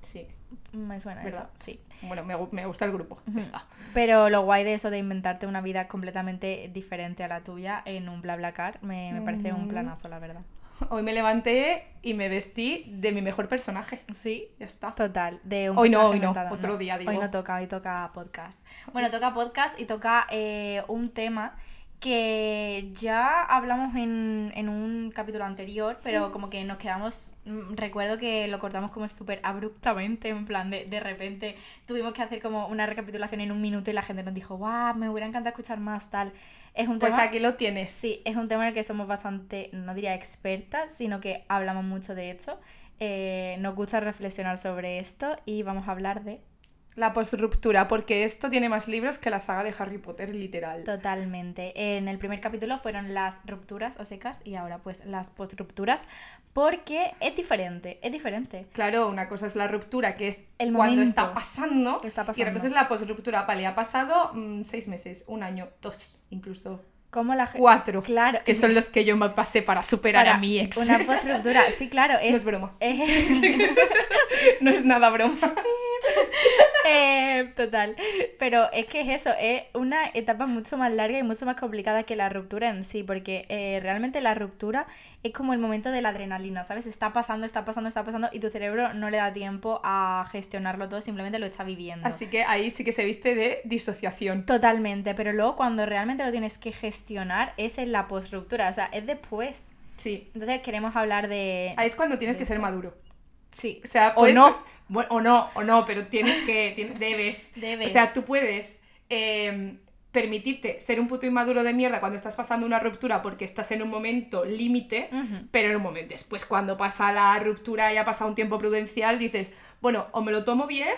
[SPEAKER 1] Sí,
[SPEAKER 2] Me suena
[SPEAKER 1] ¿verdad?
[SPEAKER 2] eso, sí.
[SPEAKER 1] Bueno, me, gu- me gusta el grupo. ya está.
[SPEAKER 2] Pero lo guay de eso de inventarte una vida completamente diferente a la tuya en un BlaBlaCar me, me parece un
[SPEAKER 1] Ujú.
[SPEAKER 2] planazo, la verdad.
[SPEAKER 1] Hoy me levanté y me vestí de mi mejor personaje.
[SPEAKER 2] Sí.
[SPEAKER 1] Ya está.
[SPEAKER 2] Total, de un
[SPEAKER 1] Hoy no,
[SPEAKER 2] personaje
[SPEAKER 1] hoy no,
[SPEAKER 2] inventado,
[SPEAKER 1] otro día, digo.
[SPEAKER 2] Hoy no toca, hoy toca podcast. Bueno, toca podcast y toca eh, un tema que ya hablamos en, en un capítulo anterior, pero como que nos quedamos, mm, recuerdo que lo cortamos como súper abruptamente, en plan de, de repente tuvimos que hacer como una recapitulación en un minuto y la gente nos dijo, guau, me hubiera encantado escuchar más tal. Es un
[SPEAKER 1] Pues
[SPEAKER 2] tema...
[SPEAKER 1] aquí lo tienes.
[SPEAKER 2] Sí, es un tema en el que somos bastante, no diría expertas, sino que hablamos mucho de esto. Eh, nos gusta reflexionar sobre esto y vamos a hablar de
[SPEAKER 1] La postruptura, porque esto tiene más libros que la saga de Harry Potter, literal.
[SPEAKER 2] totalmente. En el primer capítulo fueron las rupturas a secas y ahora pues las postrupturas, porque es diferente, es diferente.
[SPEAKER 1] Claro, una cosa es la ruptura, que es
[SPEAKER 2] El
[SPEAKER 1] cuando
[SPEAKER 2] momento
[SPEAKER 1] está pasando,
[SPEAKER 2] que está
[SPEAKER 1] y otra
[SPEAKER 2] pasando.
[SPEAKER 1] cosa es la postruptura. Vale, ha pasado mm, seis meses, un año, dos, incluso
[SPEAKER 2] Como la ge-
[SPEAKER 1] cuatro,
[SPEAKER 2] claro,
[SPEAKER 1] que son los que yo me pasé para superar
[SPEAKER 2] para
[SPEAKER 1] a mi ex.
[SPEAKER 2] Una postruptura, sí, claro,
[SPEAKER 1] No es
[SPEAKER 2] es,
[SPEAKER 1] broma,
[SPEAKER 2] es-
[SPEAKER 1] no es nada broma.
[SPEAKER 2] Eh, total. Pero es que es eso, es una etapa mucho más larga y mucho más complicada que la ruptura en sí, porque eh, realmente la ruptura es como el momento de la adrenalina, ¿sabes? Está pasando, está pasando, está pasando y tu cerebro no le da tiempo a gestionarlo todo, simplemente lo está viviendo.
[SPEAKER 1] Así que ahí sí que se viste de disociación.
[SPEAKER 2] Totalmente, pero luego cuando realmente lo tienes que gestionar es en la postruptura, o sea, es después.
[SPEAKER 1] Sí,
[SPEAKER 2] Entonces queremos hablar de...
[SPEAKER 1] ahí es cuando tienes que ser maduro.
[SPEAKER 2] Sí.
[SPEAKER 1] O sea,
[SPEAKER 2] O
[SPEAKER 1] puedes-
[SPEAKER 2] no.
[SPEAKER 1] Bueno, o no, o no, pero tienes que, tienes- debes.
[SPEAKER 2] Debes.
[SPEAKER 1] O sea, tú puedes eh, permitirte ser un puto inmaduro de mierda cuando estás pasando una ruptura porque estás en un momento límite,
[SPEAKER 2] Ujú.
[SPEAKER 1] pero en un momento después, cuando pasa la ruptura y ha pasado un tiempo prudencial, dices, bueno, o me lo tomo bien,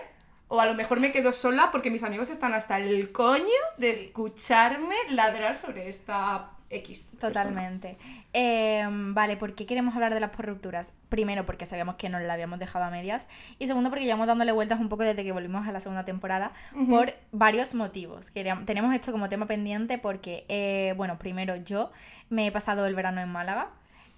[SPEAKER 1] o a lo mejor me quedo sola porque mis amigos están hasta el coño de
[SPEAKER 2] Sí.
[SPEAKER 1] escucharme ladrar sobre esta X. persona.
[SPEAKER 2] Totalmente. Eh, vale, ¿por qué queremos hablar de las rupturas? Primero, porque sabíamos que nos la habíamos dejado a medias. Y segundo, porque llevamos dándole vueltas un poco desde que volvimos a la segunda temporada
[SPEAKER 1] Ujú.
[SPEAKER 2] por varios motivos. Queríamos- tenemos esto como tema pendiente porque, eh, bueno, primero yo me he pasado el verano en Málaga.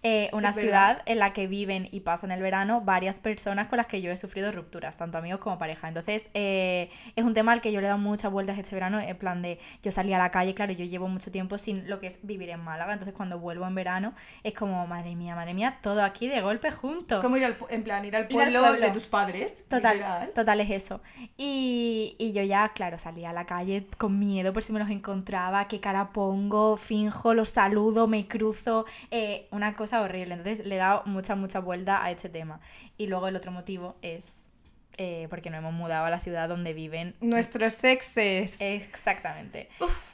[SPEAKER 2] eh, una
[SPEAKER 1] Es verdad.
[SPEAKER 2] ciudad en la que viven y pasan el verano varias personas con las que yo he sufrido rupturas, tanto amigos como pareja. Entonces, eh, es un tema al que yo le he dado muchas vueltas este verano, en plan de yo salí a la calle, claro, yo llevo mucho tiempo sin lo que es vivir en Málaga, entonces cuando vuelvo en verano es como, madre mía, madre mía, todo aquí de golpe junto.
[SPEAKER 1] Es como ir al, pu- en plan, ir al,
[SPEAKER 2] Ir al
[SPEAKER 1] pueblo de
[SPEAKER 2] pueblo.
[SPEAKER 1] tus padres.
[SPEAKER 2] Total,
[SPEAKER 1] literal.
[SPEAKER 2] total es eso. Y, y yo ya, claro, salía a la calle con miedo por si me los encontraba, qué cara pongo, finjo, los saludo, me cruzo, eh, una cosa horrible. Entonces le he dado mucha, mucha vuelta a este tema. Y luego el otro motivo es eh, porque nos hemos mudado a la ciudad donde viven.
[SPEAKER 1] Nuestros exes.
[SPEAKER 2] Exactamente.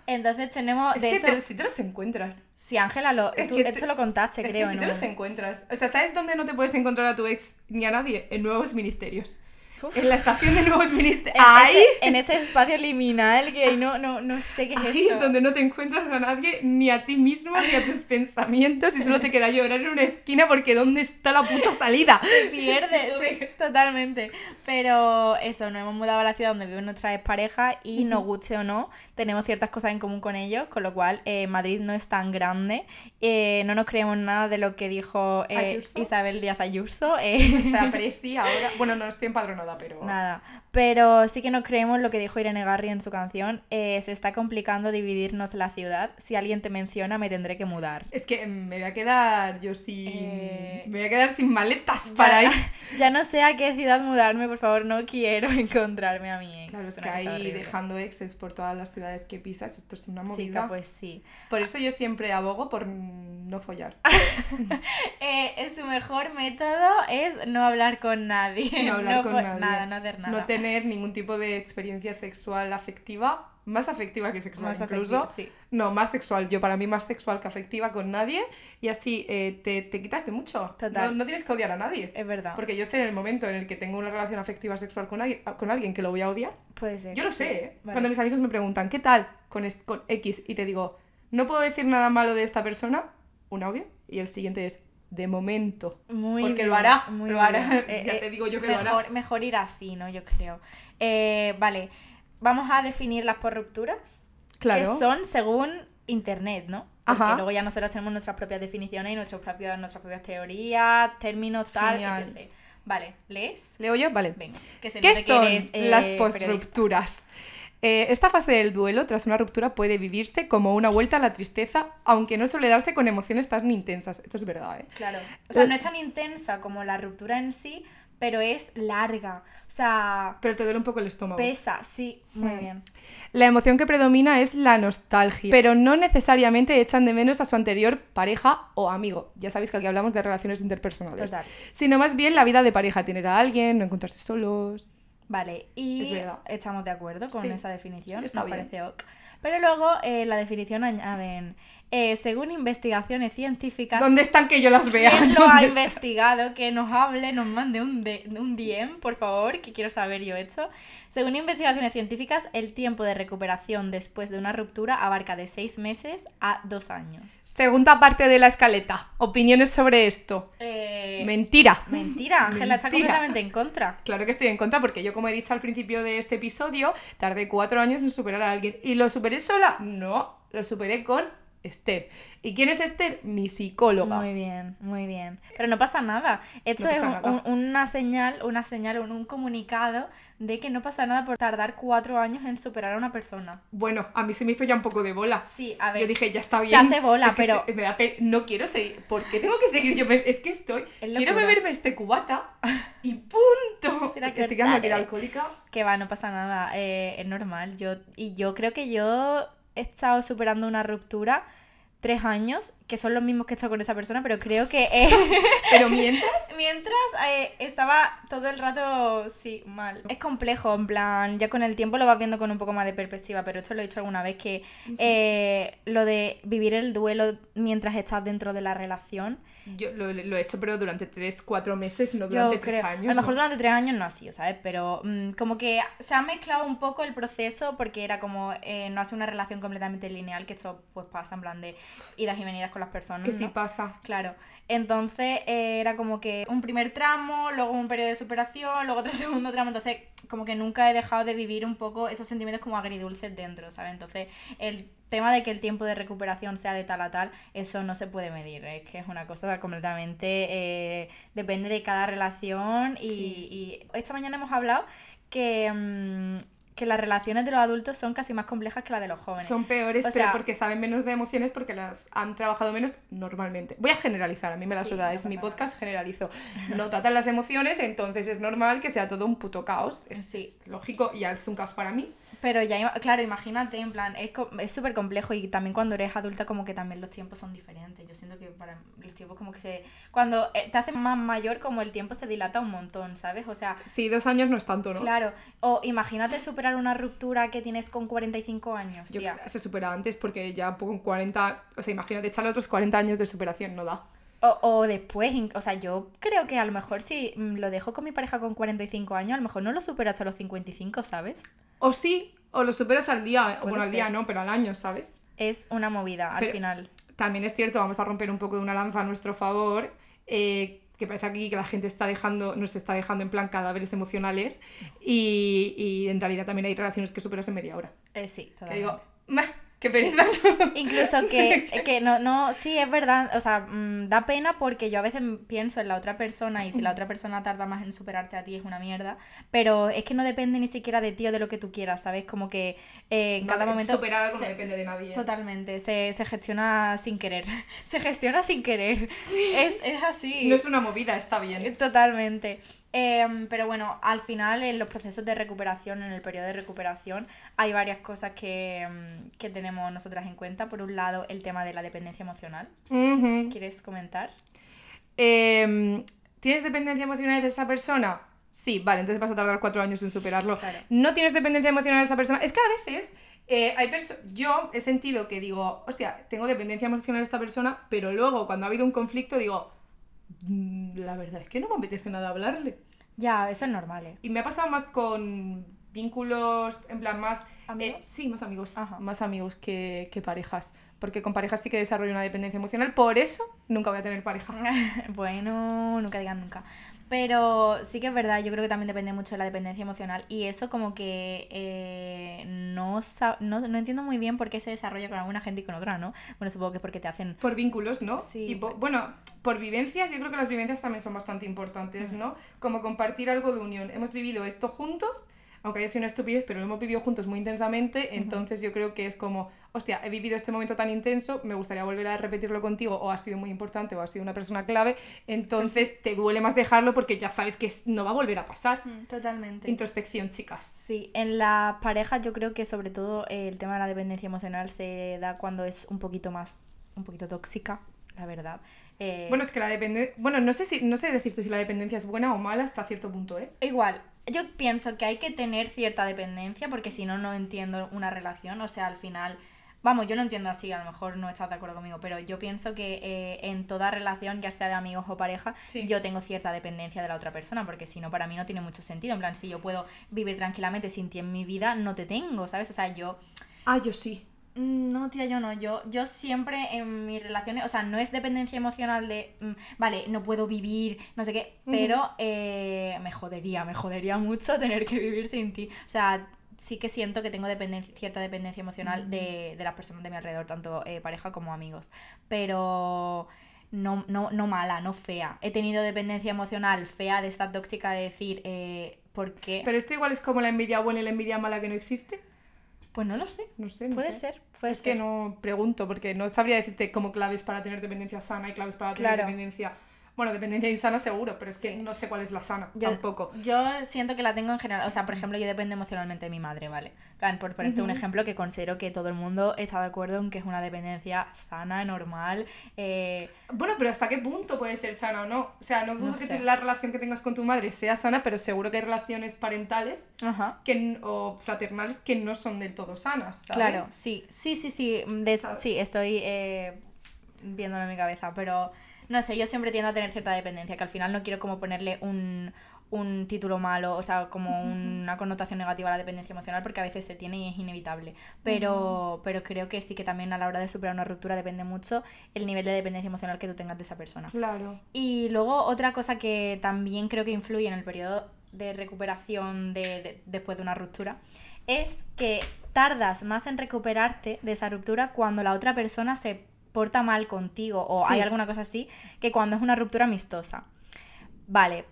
[SPEAKER 2] Entonces tenemos,
[SPEAKER 1] es
[SPEAKER 2] Eh, de
[SPEAKER 1] que
[SPEAKER 2] hecho,
[SPEAKER 1] te- si te los encuentras.
[SPEAKER 2] si Ángela, lo,
[SPEAKER 1] es
[SPEAKER 2] tú-
[SPEAKER 1] que te-
[SPEAKER 2] esto lo contaste,
[SPEAKER 1] es
[SPEAKER 2] creo.
[SPEAKER 1] que si
[SPEAKER 2] en
[SPEAKER 1] te
[SPEAKER 2] un
[SPEAKER 1] los
[SPEAKER 2] momento.
[SPEAKER 1] encuentras. O sea, ¿sabes dónde no te puedes encontrar a tu ex ni a nadie? En Nuevos Ministerios.
[SPEAKER 2] Uf.
[SPEAKER 1] En la estación de Nuevos Ministerios.
[SPEAKER 2] En
[SPEAKER 1] Ahí,
[SPEAKER 2] ese- en ese espacio liminal que ahí no, no, no sé qué es
[SPEAKER 1] ahí
[SPEAKER 2] eso.
[SPEAKER 1] es donde no te encuentras a nadie, ni a ti mismo, ni a tus pensamientos. Y solo te queda llorar en una esquina porque ¿dónde está la puta salida?
[SPEAKER 2] pierde, sí, totalmente. Pero eso, nos hemos mudado a la ciudad donde viven nuestras parejas y nos guste o no, tenemos ciertas cosas en común con ellos, con lo cual eh, Madrid no es tan grande. Eh, no nos creemos nada de lo que dijo eh,
[SPEAKER 1] Ayuso.
[SPEAKER 2] Isabel Díaz Ayuso. eh.
[SPEAKER 1] Está presi ahora. Bueno, no estoy empadronada, nada, pero.
[SPEAKER 2] Nada, pero sí que nos creemos lo que dijo Irene Garri en su canción, eh, se está complicando dividirnos la ciudad, si alguien te menciona me tendré que mudar.
[SPEAKER 1] Es que mm, me voy a quedar yo sin.
[SPEAKER 2] Eh,
[SPEAKER 1] Me voy a quedar sin maletas para ir.
[SPEAKER 2] Ya, ya no sé a qué ciudad mudarme, por favor, no quiero encontrarme a mi ex.
[SPEAKER 1] Claro, es
[SPEAKER 2] una
[SPEAKER 1] que
[SPEAKER 2] cosa
[SPEAKER 1] ahí
[SPEAKER 2] horrible.
[SPEAKER 1] dejando exes por todas las ciudades que pisas, esto es una movida.
[SPEAKER 2] Chica, pues sí.
[SPEAKER 1] Por eso yo siempre abogo por mm, no follar.
[SPEAKER 2] Eh, eh, su mejor método es no hablar con nadie.
[SPEAKER 1] No hablar con
[SPEAKER 2] fue-
[SPEAKER 1] nadie.
[SPEAKER 2] Nada, no hacer nada.
[SPEAKER 1] No tener ningún tipo de experiencia sexual afectiva, más afectiva que sexual
[SPEAKER 2] Más
[SPEAKER 1] incluso.
[SPEAKER 2] afectivo, sí.
[SPEAKER 1] No, más sexual, yo para mí más sexual que afectiva con nadie y así eh, te, te quitas de mucho.
[SPEAKER 2] Total. Eh,
[SPEAKER 1] No, no tienes que odiar a nadie.
[SPEAKER 2] Es verdad.
[SPEAKER 1] Porque yo sé en el momento en el que tengo una relación afectiva sexual con, alguien- ah, con alguien que lo voy a odiar.
[SPEAKER 2] Puede ser.
[SPEAKER 1] Yo lo
[SPEAKER 2] sí.
[SPEAKER 1] sé, ¿eh?
[SPEAKER 2] Vale.
[SPEAKER 1] Cuando mis amigos me preguntan, ¿qué tal con, est- con X? Y te digo, no puedo decir nada malo de esta persona, un audio, y el siguiente es, de momento.
[SPEAKER 2] Muy
[SPEAKER 1] Porque
[SPEAKER 2] bien,
[SPEAKER 1] lo hará,
[SPEAKER 2] muy
[SPEAKER 1] lo
[SPEAKER 2] bien. Eh,
[SPEAKER 1] hará. Ya te digo yo que lo hará.
[SPEAKER 2] mejor, Mejor ir así, ¿no? Yo creo. Eh, vale, vamos a definirlas por rupturas.
[SPEAKER 1] Claro.
[SPEAKER 2] Que son según internet, ¿no? Porque
[SPEAKER 1] Ajá.
[SPEAKER 2] luego ya nosotras tenemos nuestras propias definiciones y nuestros propios, nuestras propias teorías, términos, tal,
[SPEAKER 1] Genial.
[SPEAKER 2] etc. Vale, ¿lees?
[SPEAKER 1] ¿Leo yo? Vale.
[SPEAKER 2] Venga, que se
[SPEAKER 1] ¿Qué
[SPEAKER 2] note que
[SPEAKER 1] son
[SPEAKER 2] eres, eh,
[SPEAKER 1] las
[SPEAKER 2] periodista.
[SPEAKER 1] postrupturas? Eh, esta fase del duelo tras una ruptura puede vivirse como una vuelta a la tristeza, aunque no suele darse con emociones tan intensas. Esto es verdad, ¿eh?
[SPEAKER 2] Claro. O sea,
[SPEAKER 1] Eh,
[SPEAKER 2] no es tan intensa como la ruptura en sí, pero es larga. O sea,
[SPEAKER 1] Pero te duele un poco el estómago.
[SPEAKER 2] pesa, sí. Muy
[SPEAKER 1] Hmm.
[SPEAKER 2] bien.
[SPEAKER 1] La emoción que predomina es la nostalgia, pero no necesariamente echan de menos a su anterior pareja o amigo. Ya sabéis que aquí hablamos de relaciones interpersonales.
[SPEAKER 2] Total.
[SPEAKER 1] Sino más bien la vida de pareja, tener a alguien, no encontrarse solos.
[SPEAKER 2] Vale, y
[SPEAKER 1] Es verdad.
[SPEAKER 2] estamos de acuerdo con
[SPEAKER 1] Sí,
[SPEAKER 2] esa definición,
[SPEAKER 1] sí, está
[SPEAKER 2] me
[SPEAKER 1] bien.
[SPEAKER 2] parece ok. Pero luego eh, la definición añaden, eh, según investigaciones científicas,
[SPEAKER 1] ¿Dónde están que yo las vea?
[SPEAKER 2] ¿quién lo
[SPEAKER 1] ¿Dónde
[SPEAKER 2] ha
[SPEAKER 1] están?
[SPEAKER 2] investigado? Que nos hable, nos mande un, de- un DM, por favor, que quiero saber yo esto. Según investigaciones científicas, el tiempo de recuperación después de una ruptura abarca de seis meses a dos años.
[SPEAKER 1] Segunda parte de la escaleta. Opiniones sobre esto.
[SPEAKER 2] Eh,
[SPEAKER 1] Mentira.
[SPEAKER 2] mentira, Ángela está
[SPEAKER 1] Mentira.
[SPEAKER 2] completamente en contra.
[SPEAKER 1] Claro que estoy en contra porque yo, como he dicho al principio de este episodio, tardé cuatro años en superar a alguien. ¿Y lo superé sola? No, lo superé con Esther. ¿Y quién es Esther? Mi psicóloga.
[SPEAKER 2] Muy bien, muy bien. Pero no pasa nada. Esto
[SPEAKER 1] No
[SPEAKER 2] es
[SPEAKER 1] pasa
[SPEAKER 2] un-
[SPEAKER 1] nada.
[SPEAKER 2] un- una señal, una señal, un, un comunicado de que no pasa nada por tardar cuatro años en superar a una persona.
[SPEAKER 1] Bueno, a mí se me hizo ya un poco de bola.
[SPEAKER 2] Sí, a ver.
[SPEAKER 1] Yo dije, ya está
[SPEAKER 2] se
[SPEAKER 1] bien.
[SPEAKER 2] hace bola,
[SPEAKER 1] Es que
[SPEAKER 2] pero-
[SPEAKER 1] estoy- me da pe- no quiero seguir. ¿Por qué tengo que seguir? Yo me- es que estoy.
[SPEAKER 2] Es
[SPEAKER 1] quiero
[SPEAKER 2] locura.
[SPEAKER 1] beberme este cubata y punto.
[SPEAKER 2] Será
[SPEAKER 1] Porque estoy
[SPEAKER 2] que-
[SPEAKER 1] quedando aquí de
[SPEAKER 2] dale.
[SPEAKER 1] alcohólica.
[SPEAKER 2] Que va, no pasa nada. eh, es normal. Yo, y yo creo que yo he estado superando una ruptura tres años, que son los mismos que he estado con esa persona, pero creo que eh,
[SPEAKER 1] Pero mientras.
[SPEAKER 2] mientras eh, estaba todo el rato, sí, mal. Es complejo, en plan, ya con el tiempo lo vas viendo con un poco más de perspectiva, pero esto lo he dicho alguna vez, que eh, lo de vivir el duelo mientras estás dentro de la relación,
[SPEAKER 1] Yo lo, lo he hecho, pero durante 3, 4 meses, no durante 3
[SPEAKER 2] yo creo-
[SPEAKER 1] años.
[SPEAKER 2] A lo mejor
[SPEAKER 1] ¿no?
[SPEAKER 2] durante tres años no ha sido, ¿sabes? Pero mm, como que se ha mezclado un poco el proceso porque era como eh, no hace una relación completamente lineal, que esto pues pasa en plan de idas y venidas con las personas.
[SPEAKER 1] Que sí
[SPEAKER 2] ¿no?
[SPEAKER 1] pasa.
[SPEAKER 2] Claro. Entonces eh, era como que un primer tramo, luego un periodo de superación, luego otro segundo tramo. Entonces, como que nunca he dejado de vivir un poco esos sentimientos como agridulces dentro, ¿sabes? Entonces, el tema de que el tiempo de recuperación sea de tal a tal, eso no se puede medir. Es que es una cosa completamente. eh, depende de cada relación. Y, y esta mañana hemos hablado que. mm, que las relaciones de los adultos son casi más complejas que las de los jóvenes.
[SPEAKER 1] Son peores,
[SPEAKER 2] O
[SPEAKER 1] pero
[SPEAKER 2] sea-
[SPEAKER 1] porque saben menos de emociones, porque las han trabajado menos normalmente. Voy a generalizar, a mí me la
[SPEAKER 2] Sí,
[SPEAKER 1] suda,
[SPEAKER 2] no
[SPEAKER 1] es
[SPEAKER 2] pasa
[SPEAKER 1] mi
[SPEAKER 2] nada.
[SPEAKER 1] podcast, generalizo. No tratan las emociones, entonces es normal que sea todo un puto caos. Es,
[SPEAKER 2] Sí.
[SPEAKER 1] es lógico y es un caos para mí.
[SPEAKER 2] Pero ya, ima- claro, imagínate, en plan, es co- es súper complejo y también cuando eres adulta como que también los tiempos son diferentes. Yo siento que para los tiempos como que se... Cuando eh, te haces más mayor como el tiempo se dilata un montón, ¿sabes? O sea,
[SPEAKER 1] Sí, dos años no es tanto, ¿no?
[SPEAKER 2] claro. O imagínate superar una ruptura que tienes con 45 años,
[SPEAKER 1] Yo
[SPEAKER 2] tía.
[SPEAKER 1] creo que se supera antes porque ya con 40, o sea, imagínate echarle otros 40 años de superación, no da.
[SPEAKER 2] O, o después, in- o sea, yo creo que a lo mejor si mm, lo dejo con mi pareja con 45 años, a lo mejor no lo supero hasta los 55, ¿sabes?
[SPEAKER 1] O sí, o lo superas al día, o
[SPEAKER 2] Puede
[SPEAKER 1] bueno, al día
[SPEAKER 2] ser.
[SPEAKER 1] no, pero al año, ¿sabes?
[SPEAKER 2] Es una movida al
[SPEAKER 1] Pero-
[SPEAKER 2] final.
[SPEAKER 1] También es cierto, vamos a romper un poco de una lanza a nuestro favor, eh, que parece aquí que la gente está dejando, nos está dejando en plan cadáveres emocionales y, y en realidad también hay relaciones que superas en media hora.
[SPEAKER 2] Eh, sí,
[SPEAKER 1] Que digo,
[SPEAKER 2] totalmente.
[SPEAKER 1] "Meh, Qué pereza.
[SPEAKER 2] Incluso que, que no, no, sí, es verdad, o sea, mm, da pena porque yo a veces pienso en la otra persona y si la otra persona tarda más en superarte a ti es una mierda, pero es que no depende ni siquiera de ti o de lo que tú quieras, ¿sabes? Como que eh, en
[SPEAKER 1] No,
[SPEAKER 2] cada
[SPEAKER 1] de-
[SPEAKER 2] momento...
[SPEAKER 1] superar algo no
[SPEAKER 2] se-
[SPEAKER 1] depende de nadie.
[SPEAKER 2] Totalmente, se, se gestiona sin querer, se gestiona sin querer, es, es así.
[SPEAKER 1] No es una movida, está bien.
[SPEAKER 2] Totalmente. Em, pero bueno, al final en los procesos de recuperación, en el periodo de recuperación, hay varias cosas que, em, que tenemos nosotras en cuenta. Por un lado, el tema de la dependencia emocional.
[SPEAKER 1] Ujú.
[SPEAKER 2] ¿Quieres comentar?
[SPEAKER 1] Eh, ¿Tienes dependencia emocional de esa persona? Sí, vale, entonces vas a tardar cuatro años en superarlo.
[SPEAKER 2] Claro.
[SPEAKER 1] No tienes dependencia emocional de esa persona. Es que a veces eh, hay perso- yo he sentido que digo, hostia, tengo dependencia emocional de esta persona, pero luego cuando ha habido un conflicto digo, "Mm, la verdad es que no me apetece nada hablarle.
[SPEAKER 2] Ya, eso es normal. ¿eh?
[SPEAKER 1] Y me ha pasado más con vínculos, en plan, más...
[SPEAKER 2] ¿Amigos?
[SPEAKER 1] eh, sí, más amigos.
[SPEAKER 2] Ajá.
[SPEAKER 1] Más amigos que, que parejas. Porque con parejas sí que desarrollo una dependencia emocional. Por eso nunca voy a tener pareja.
[SPEAKER 2] Eh, bueno, nunca digan nunca. Pero sí que es verdad, yo creo que también depende mucho de la dependencia emocional y eso como que eh, no, sa- no, no entiendo muy bien por qué se desarrolla con alguna gente y con otra, ¿no? Bueno, supongo que es porque te hacen...
[SPEAKER 1] Por vínculos, ¿no?
[SPEAKER 2] Sí,
[SPEAKER 1] Y po- bueno, por vivencias, yo creo que las vivencias también son bastante importantes, ¿no? Como compartir algo de unión. Hemos vivido esto juntos, aunque haya sido una estupidez, pero lo hemos vivido juntos muy intensamente, entonces yo creo que es como, hostia, he vivido este momento tan intenso, me gustaría volver a repetirlo contigo, o has sido muy importante, o has sido una persona clave, entonces te duele más dejarlo porque ya sabes que es- no va a volver a pasar.
[SPEAKER 2] Mm, Totalmente.
[SPEAKER 1] Introspección, chicas.
[SPEAKER 2] Sí, en las parejas yo creo que sobre todo eh, el tema de la dependencia emocional se da cuando es un poquito más, un poquito tóxica, la verdad. Eh,
[SPEAKER 1] Bueno, es que la dependencia... Bueno, no sé, si, no sé decirte si la dependencia es buena o mala hasta cierto punto, ¿eh?
[SPEAKER 2] igual, yo pienso que hay que tener cierta dependencia porque si no, no entiendo una relación, o sea, al final... Vamos, yo lo entiendo así, a lo mejor no estás de acuerdo conmigo, pero yo pienso que eh, en toda relación, ya sea de amigos o pareja,
[SPEAKER 1] Sí.
[SPEAKER 2] yo tengo cierta dependencia de la otra persona, porque si no, para mí no tiene mucho sentido. En plan, si yo puedo vivir tranquilamente sin ti en mi vida, no te tengo, ¿sabes? O sea, yo
[SPEAKER 1] Ah, yo sí.
[SPEAKER 2] Mm, No, tía, yo no. Yo, yo siempre en mis relaciones, o sea, no es dependencia emocional de, mm, vale, no puedo vivir, no sé qué,
[SPEAKER 1] Ujú.
[SPEAKER 2] pero eh, me jodería, me jodería mucho tener que vivir sin ti. O sea, sí que siento que tengo dependen- cierta dependencia emocional de, de las personas de mi alrededor, tanto eh, pareja como amigos. Pero no, no, no mala, no fea. He tenido dependencia emocional fea de esta tóxica de decir, eh, ¿por qué?
[SPEAKER 1] Pero esto igual es como la envidia buena y la envidia mala que no existe.
[SPEAKER 2] pues no lo sé.
[SPEAKER 1] No sé, no
[SPEAKER 2] Puede
[SPEAKER 1] sé.
[SPEAKER 2] ser, puede
[SPEAKER 1] Es
[SPEAKER 2] ser.
[SPEAKER 1] que no pregunto, porque no sabría decirte como claves para tener dependencia sana y claves para tener
[SPEAKER 2] Claro.
[SPEAKER 1] dependencia. Bueno, dependencia insana seguro, pero es que
[SPEAKER 2] Sí.
[SPEAKER 1] no sé cuál es la sana
[SPEAKER 2] Yo-
[SPEAKER 1] tampoco.
[SPEAKER 2] Yo siento que la tengo en general. O sea, por ejemplo, yo dependo emocionalmente de mi madre, ¿vale? En plan, Por ponerte un
[SPEAKER 1] Ujú.
[SPEAKER 2] ejemplo que considero que todo el mundo está de acuerdo en que es una dependencia sana, normal. eh,
[SPEAKER 1] Bueno, pero ¿hasta qué punto puede ser sana o no? O sea, no dudo
[SPEAKER 2] No
[SPEAKER 1] que
[SPEAKER 2] sé.
[SPEAKER 1] te- la relación que tengas con tu madre sea sana, pero seguro que hay relaciones parentales
[SPEAKER 2] Ajá.
[SPEAKER 1] que, n- o fraternales que no son del todo sanas, ¿sabes?
[SPEAKER 2] Claro, sí, sí, sí, sí. mm, de-
[SPEAKER 1] ¿Sabes?
[SPEAKER 2] sí, estoy eh, viéndolo en mi cabeza, pero no sé, yo siempre tiendo a tener cierta dependencia, que al final no quiero como ponerle un, un título malo, o sea, como una connotación negativa a la dependencia emocional, porque a veces se tiene y es inevitable. Pero, pero creo que sí que también a la hora de superar una ruptura depende mucho el nivel de dependencia emocional que tú tengas de esa persona.
[SPEAKER 1] Claro.
[SPEAKER 2] Y luego otra cosa que también creo que influye en el periodo de recuperación de, de- después de una ruptura es que tardas más en recuperarte de esa ruptura cuando la otra persona se porta mal contigo o
[SPEAKER 1] Sí.
[SPEAKER 2] hay alguna cosa así que cuando es una ruptura amistosa. Vale,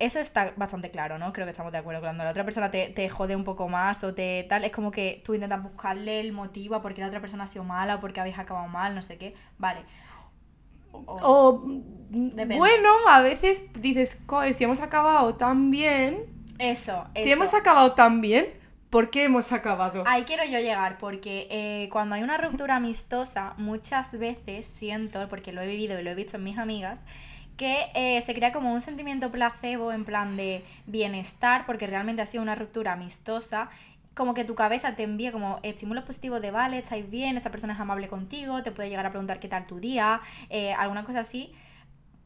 [SPEAKER 2] eso está bastante claro, ¿no? Creo que estamos de acuerdo. Cuando la otra persona te, te jode un poco más o te tal, es como que tú intentas buscarle el motivo a por qué la otra persona ha sido mala o por qué habéis acabado mal, no sé qué. Vale. O-
[SPEAKER 1] O mm,
[SPEAKER 2] Depende.
[SPEAKER 1] bueno, a veces dices, "Joder, si hemos acabado tan bien,
[SPEAKER 2] Eso, eso.
[SPEAKER 1] Si hemos acabado tan bien, ¿por qué hemos acabado?
[SPEAKER 2] Ahí quiero yo llegar, porque eh, cuando hay una ruptura amistosa, muchas veces siento, porque lo he vivido y lo he visto en mis amigas, que eh, se crea como un sentimiento placebo en plan de bienestar, porque realmente ha sido una ruptura amistosa. Como que tu cabeza te envía como estímulos positivos de vale, estáis bien, esa persona es amable contigo, te puede llegar a preguntar qué tal tu día, eh, alguna cosa así.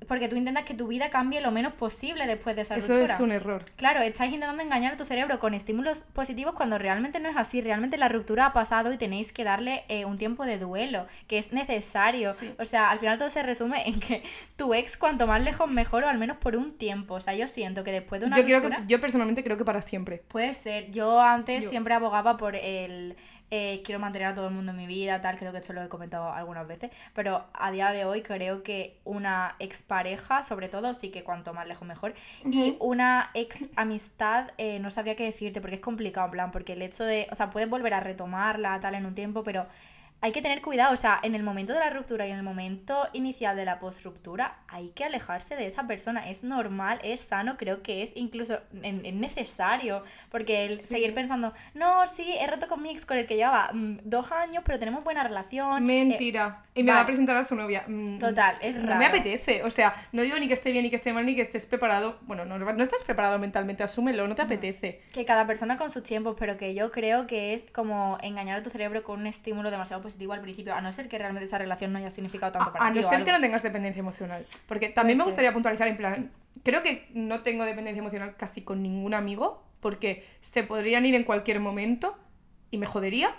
[SPEAKER 2] Porque tú intentas que tu vida cambie lo menos posible después de esa
[SPEAKER 1] Eso
[SPEAKER 2] ruptura.
[SPEAKER 1] es un error.
[SPEAKER 2] Claro, estás intentando engañar a tu cerebro con estímulos positivos cuando realmente no es así. Realmente la ruptura ha pasado y tenéis que darle eh, un tiempo de duelo, que es necesario. O sea, al final todo se resume en que tu ex cuanto más lejos mejor o al menos por un tiempo. O sea, yo siento que después de una
[SPEAKER 1] Yo, creo
[SPEAKER 2] ruptura...
[SPEAKER 1] que, yo personalmente creo que para siempre.
[SPEAKER 2] Puede ser. Yo antes
[SPEAKER 1] Yo-
[SPEAKER 2] siempre abogaba por el eh, quiero mantener a todo el mundo en mi vida, tal, creo que esto lo he comentado algunas veces, pero a día de hoy creo que una expareja, sobre todo, sí que cuanto más lejos mejor, y una ex amistad, eh, no sabría qué decirte, porque es complicado, en plan, porque el hecho de, o sea, puedes volver a retomarla, tal, en un tiempo, pero hay que tener cuidado, o sea, en el momento de la ruptura y en el momento inicial de la post-ruptura hay que alejarse de esa persona, es normal, es sano, creo que es incluso en- es necesario, porque el
[SPEAKER 1] Sí.
[SPEAKER 2] seguir pensando, no, sí, he roto con mi ex, con el que llevaba mm, dos años, pero tenemos buena relación. eh,
[SPEAKER 1] Mentira. y me va a
[SPEAKER 2] vale.
[SPEAKER 1] presentar a su novia. Mm,
[SPEAKER 2] Total, es
[SPEAKER 1] no
[SPEAKER 2] raro.
[SPEAKER 1] me apetece. O sea, no digo ni que esté bien, ni que esté mal, ni que estés preparado. Bueno, no, no estás preparado mentalmente, asúmelo, no te apetece.
[SPEAKER 2] que cada persona con sus tiempos, pero que yo creo que es como engañar a tu cerebro con un estímulo demasiado positivo al principio, a no ser que realmente esa relación no haya significado tanto para
[SPEAKER 1] A, a no
[SPEAKER 2] ti. o
[SPEAKER 1] ser que
[SPEAKER 2] algo.
[SPEAKER 1] no tengas dependencia emocional. Porque también
[SPEAKER 2] Puede
[SPEAKER 1] me gustaría puntualizar en plan, creo que no tengo dependencia emocional casi con ningún amigo, porque se podrían ir en cualquier momento y me jodería,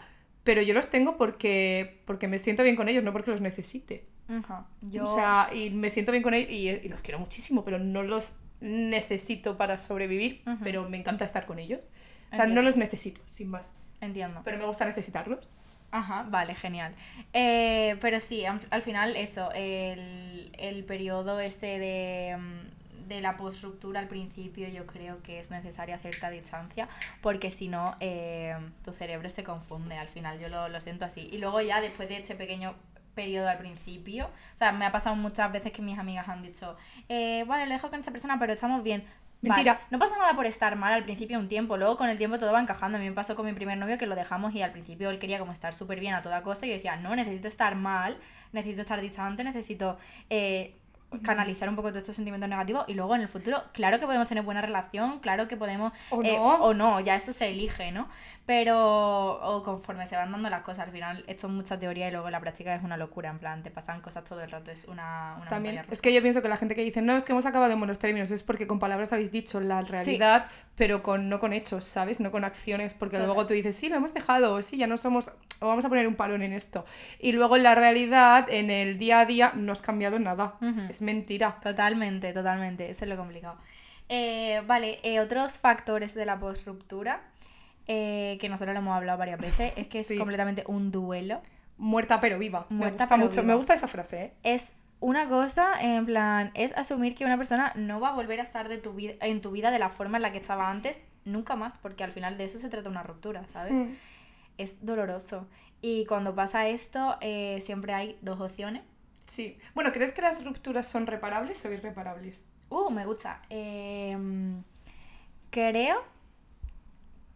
[SPEAKER 1] pero yo los tengo porque, porque me siento bien con ellos, no porque los necesite.
[SPEAKER 2] Ajá, yo...
[SPEAKER 1] O sea, y me siento bien con ellos y, y los quiero muchísimo, pero no los necesito para sobrevivir,
[SPEAKER 2] Ujú.
[SPEAKER 1] pero me encanta estar con ellos. O sea,
[SPEAKER 2] Entiendo.
[SPEAKER 1] no los necesito, sin más.
[SPEAKER 2] Entiendo.
[SPEAKER 1] Pero me gusta necesitarlos.
[SPEAKER 2] Ajá, vale, genial. Eh, pero sí, am- al final eso, el, el periodo este de, mm, de la postruptura al principio yo creo que es necesaria cierta distancia porque si no eh, tu cerebro se confunde, al final yo lo, lo siento así. Y luego ya después de este pequeño periodo al principio, o sea, me ha pasado muchas veces que mis amigas han dicho, eh, vale, lo dejo con esta persona, pero estamos bien. Vale,
[SPEAKER 1] Mentira.
[SPEAKER 2] no pasa nada por estar mal al principio un tiempo, luego con el tiempo todo va encajando. A mí me pasó con mi primer novio que lo dejamos y al principio él quería como estar súper bien a toda costa y yo decía, no, necesito estar mal, necesito estar distante, necesito eh, canalizar un poco todos estos sentimientos negativos y luego en el futuro, claro que podemos tener buena relación, claro que podemos...
[SPEAKER 1] O
[SPEAKER 2] eh,
[SPEAKER 1] no.
[SPEAKER 2] o no, ya eso se elige, ¿no? Pero o conforme se van dando las cosas, al final eh, esto es mucha teoría y luego en la práctica es una locura, en plan, te pasan cosas todo el rato, es una... una
[SPEAKER 1] También
[SPEAKER 2] montaña rusa.
[SPEAKER 1] es que yo pienso que la gente que dice, no, es que hemos acabado en buenos términos, es porque con palabras habéis dicho la realidad, pero con, no con hechos, ¿sabes? No con acciones, porque
[SPEAKER 2] Total.
[SPEAKER 1] luego tú dices, sí, lo hemos dejado, o sí, ya no somos, o vamos a poner un parón en esto. Y luego en la realidad, en el día a día, no has cambiado nada.
[SPEAKER 2] Ujú.
[SPEAKER 1] Es mentira.
[SPEAKER 2] Totalmente, totalmente. Eso es lo complicado. Eh, vale, eh, otros factores de la postruptura eh, que nosotros lo hemos hablado varias veces es que es
[SPEAKER 1] Sí.
[SPEAKER 2] completamente un duelo.
[SPEAKER 1] Muerta pero viva. me
[SPEAKER 2] Muerta
[SPEAKER 1] gusta
[SPEAKER 2] pero
[SPEAKER 1] mucho,
[SPEAKER 2] viva.
[SPEAKER 1] me gusta esa frase, ¿eh?
[SPEAKER 2] Es una cosa, en plan, es asumir que una persona no va a volver a estar de tu vida, en tu vida de la forma en la que estaba antes, nunca más, porque al final de eso se trata una ruptura, ¿sabes?
[SPEAKER 1] Mm.
[SPEAKER 2] Es doloroso. Y cuando pasa esto, eh, siempre hay dos opciones.
[SPEAKER 1] Sí. Bueno, ¿crees que las rupturas son reparables o irreparables?
[SPEAKER 2] Uh, me gusta. Eh, creo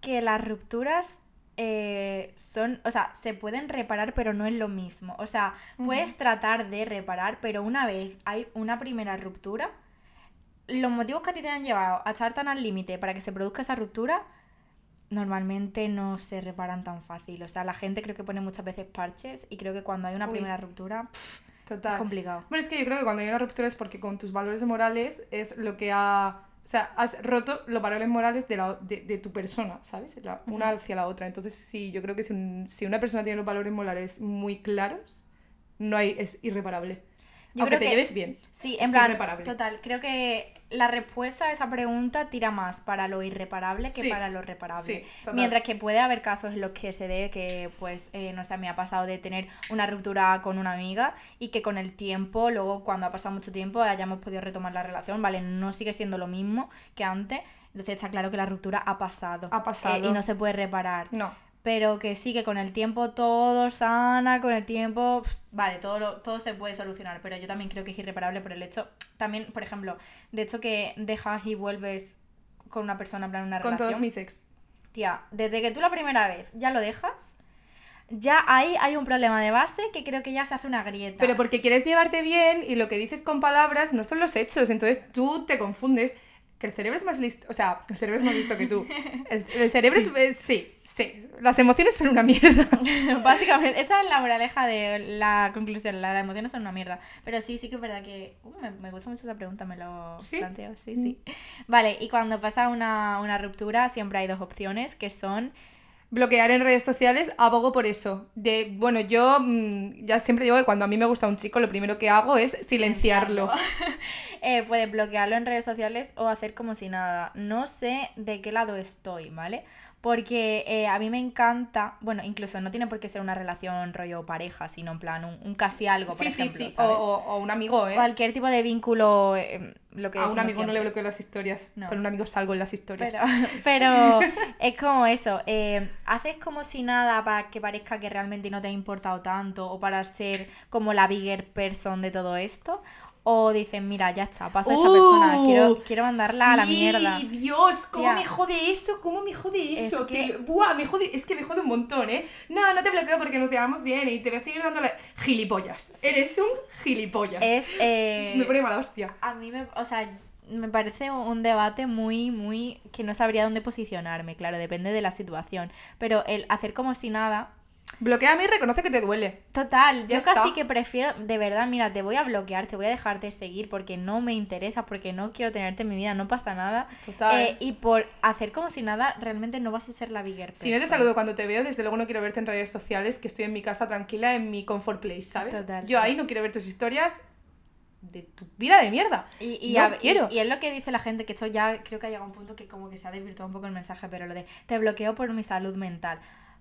[SPEAKER 2] que las rupturas eh, son, o sea, se pueden reparar, pero no es lo mismo. O sea, puedes tratar de reparar, pero una vez hay una primera ruptura, los motivos que a ti te han llevado a estar tan al límite para que se produzca esa ruptura, normalmente no se reparan tan fácil. O sea, la gente creo que pone muchas veces parches y creo que cuando hay una
[SPEAKER 1] Uy.
[SPEAKER 2] primera ruptura, pff, es
[SPEAKER 1] Total.
[SPEAKER 2] complicado.
[SPEAKER 1] Bueno, es que yo creo que cuando hay una ruptura es porque con tus valores morales es lo que ha... O sea, has roto los valores morales de, la, de, de tu persona, ¿sabes? La- una hacia la otra. Entonces, sí, yo creo que si, un- si una persona tiene los valores morales muy claros, no hay, es irreparable.
[SPEAKER 2] Yo
[SPEAKER 1] Aunque
[SPEAKER 2] creo
[SPEAKER 1] te
[SPEAKER 2] que-
[SPEAKER 1] lleves bien.
[SPEAKER 2] Sí,
[SPEAKER 1] Es
[SPEAKER 2] en plan,
[SPEAKER 1] irreparable.
[SPEAKER 2] total, creo que la respuesta a esa pregunta tira más para lo irreparable que
[SPEAKER 1] Sí.
[SPEAKER 2] para lo reparable.
[SPEAKER 1] Sí, total.
[SPEAKER 2] Mientras que puede haber casos en los que se dé que, pues, eh, no sé, me ha pasado de tener una ruptura con una amiga y que con el tiempo, luego cuando ha pasado mucho tiempo, hayamos podido retomar la relación, ¿vale? No sigue siendo lo mismo que antes, entonces está claro que la ruptura ha pasado.
[SPEAKER 1] Ha pasado.
[SPEAKER 2] eh, y no se puede reparar
[SPEAKER 1] No.
[SPEAKER 2] pero que sí, que con el tiempo todo sana, con el tiempo, pf, vale, todo, lo- todo se puede solucionar, pero yo también creo que es irreparable por el hecho, también, por ejemplo, de hecho que dejas y vuelves con una persona, en plan una
[SPEAKER 1] Con
[SPEAKER 2] relación,
[SPEAKER 1] todos mis ex.
[SPEAKER 2] tía, desde que tú la primera vez ya lo dejas, ya ahí hay un problema de base que creo que ya se hace una grieta.
[SPEAKER 1] Pero porque quieres llevarte bien y lo que dices con palabras no son los hechos, entonces tú te confundes. Que el cerebro es más listo, o sea, el cerebro es más listo que tú. El, el cerebro es- es, sí, sí. Las emociones son una mierda.
[SPEAKER 2] Básicamente, esta es la moraleja de la conclusión, la- las emociones son una mierda. Pero sí, sí que es verdad que uh, me, me gusta mucho esa pregunta, me lo
[SPEAKER 1] ¿Sí? Mm.
[SPEAKER 2] planteo, sí, sí. Vale, y cuando pasa una, una ruptura siempre hay dos opciones que son
[SPEAKER 1] bloquear en redes sociales, abogo por eso. De, bueno, yo mm, ya siempre digo que cuando a mí me gusta un chico, lo primero que hago es silenciarlo.
[SPEAKER 2] Eh, puedes bloquearlo en redes sociales o hacer como si nada. No sé de qué lado estoy, ¿vale? Porque eh, a mí me encanta, bueno, incluso no tiene por qué ser una relación rollo pareja, sino en plan un, un casi algo, por
[SPEAKER 1] sí,
[SPEAKER 2] ejemplo.
[SPEAKER 1] sí, sí, o,
[SPEAKER 2] ¿sabes?
[SPEAKER 1] o- o un amigo, ¿eh?
[SPEAKER 2] Cualquier tipo de vínculo, eh, lo que
[SPEAKER 1] A un amigo no
[SPEAKER 2] decimos
[SPEAKER 1] le
[SPEAKER 2] siempre.
[SPEAKER 1] bloqueo las historias,
[SPEAKER 2] No.
[SPEAKER 1] con un amigo salgo en las historias.
[SPEAKER 2] Pero, pero es como eso, eh, haces como si nada para que parezca que realmente no te ha importado tanto o para ser como la bigger person de todo esto. O dices, mira, ya está, paso a esta persona, quiero,
[SPEAKER 1] Uh,
[SPEAKER 2] quiero mandarla a la
[SPEAKER 1] sí,
[SPEAKER 2] mierda.
[SPEAKER 1] Dios, cómo
[SPEAKER 2] Tía.
[SPEAKER 1] me jode eso, cómo me jode
[SPEAKER 2] Es
[SPEAKER 1] eso. te
[SPEAKER 2] que-
[SPEAKER 1] lo- buah, me jode, es que me jode un montón, ¿eh? No, no te bloqueo porque nos llevamos bien y te voy a seguir dando la... Gilipollas. Eres un gilipollas.
[SPEAKER 2] Es, eh,
[SPEAKER 1] Me pone mala hostia.
[SPEAKER 2] a mí me, o sea, me parece un- un debate muy, muy, que no sabría dónde posicionarme, claro, depende de la situación. Pero el hacer como si nada,
[SPEAKER 1] Bloqueame y reconoce que te duele.
[SPEAKER 2] Total,
[SPEAKER 1] Ya
[SPEAKER 2] yo casi
[SPEAKER 1] está.
[SPEAKER 2] que prefiero, de verdad, mira, te voy a bloquear, te voy a dejar de seguir porque no me interesa, porque no quiero tenerte en mi vida, no pasa nada.
[SPEAKER 1] Total.
[SPEAKER 2] Eh, y por hacer como si nada, realmente no vas a ser la bigger
[SPEAKER 1] Si no te
[SPEAKER 2] person.
[SPEAKER 1] saludo cuando te veo, desde luego no quiero verte en redes sociales, que estoy en mi casa tranquila, en mi comfort place, ¿sabes?
[SPEAKER 2] Total.
[SPEAKER 1] Yo ahí no quiero ver tus historias de tu vida de mierda.
[SPEAKER 2] Y, y,
[SPEAKER 1] No
[SPEAKER 2] a- y-
[SPEAKER 1] quiero.
[SPEAKER 2] y es lo que dice la gente, que esto ya creo que ha llegado a un punto que como que se ha desvirtuado un poco el mensaje, pero lo de te bloqueo por mi salud mental.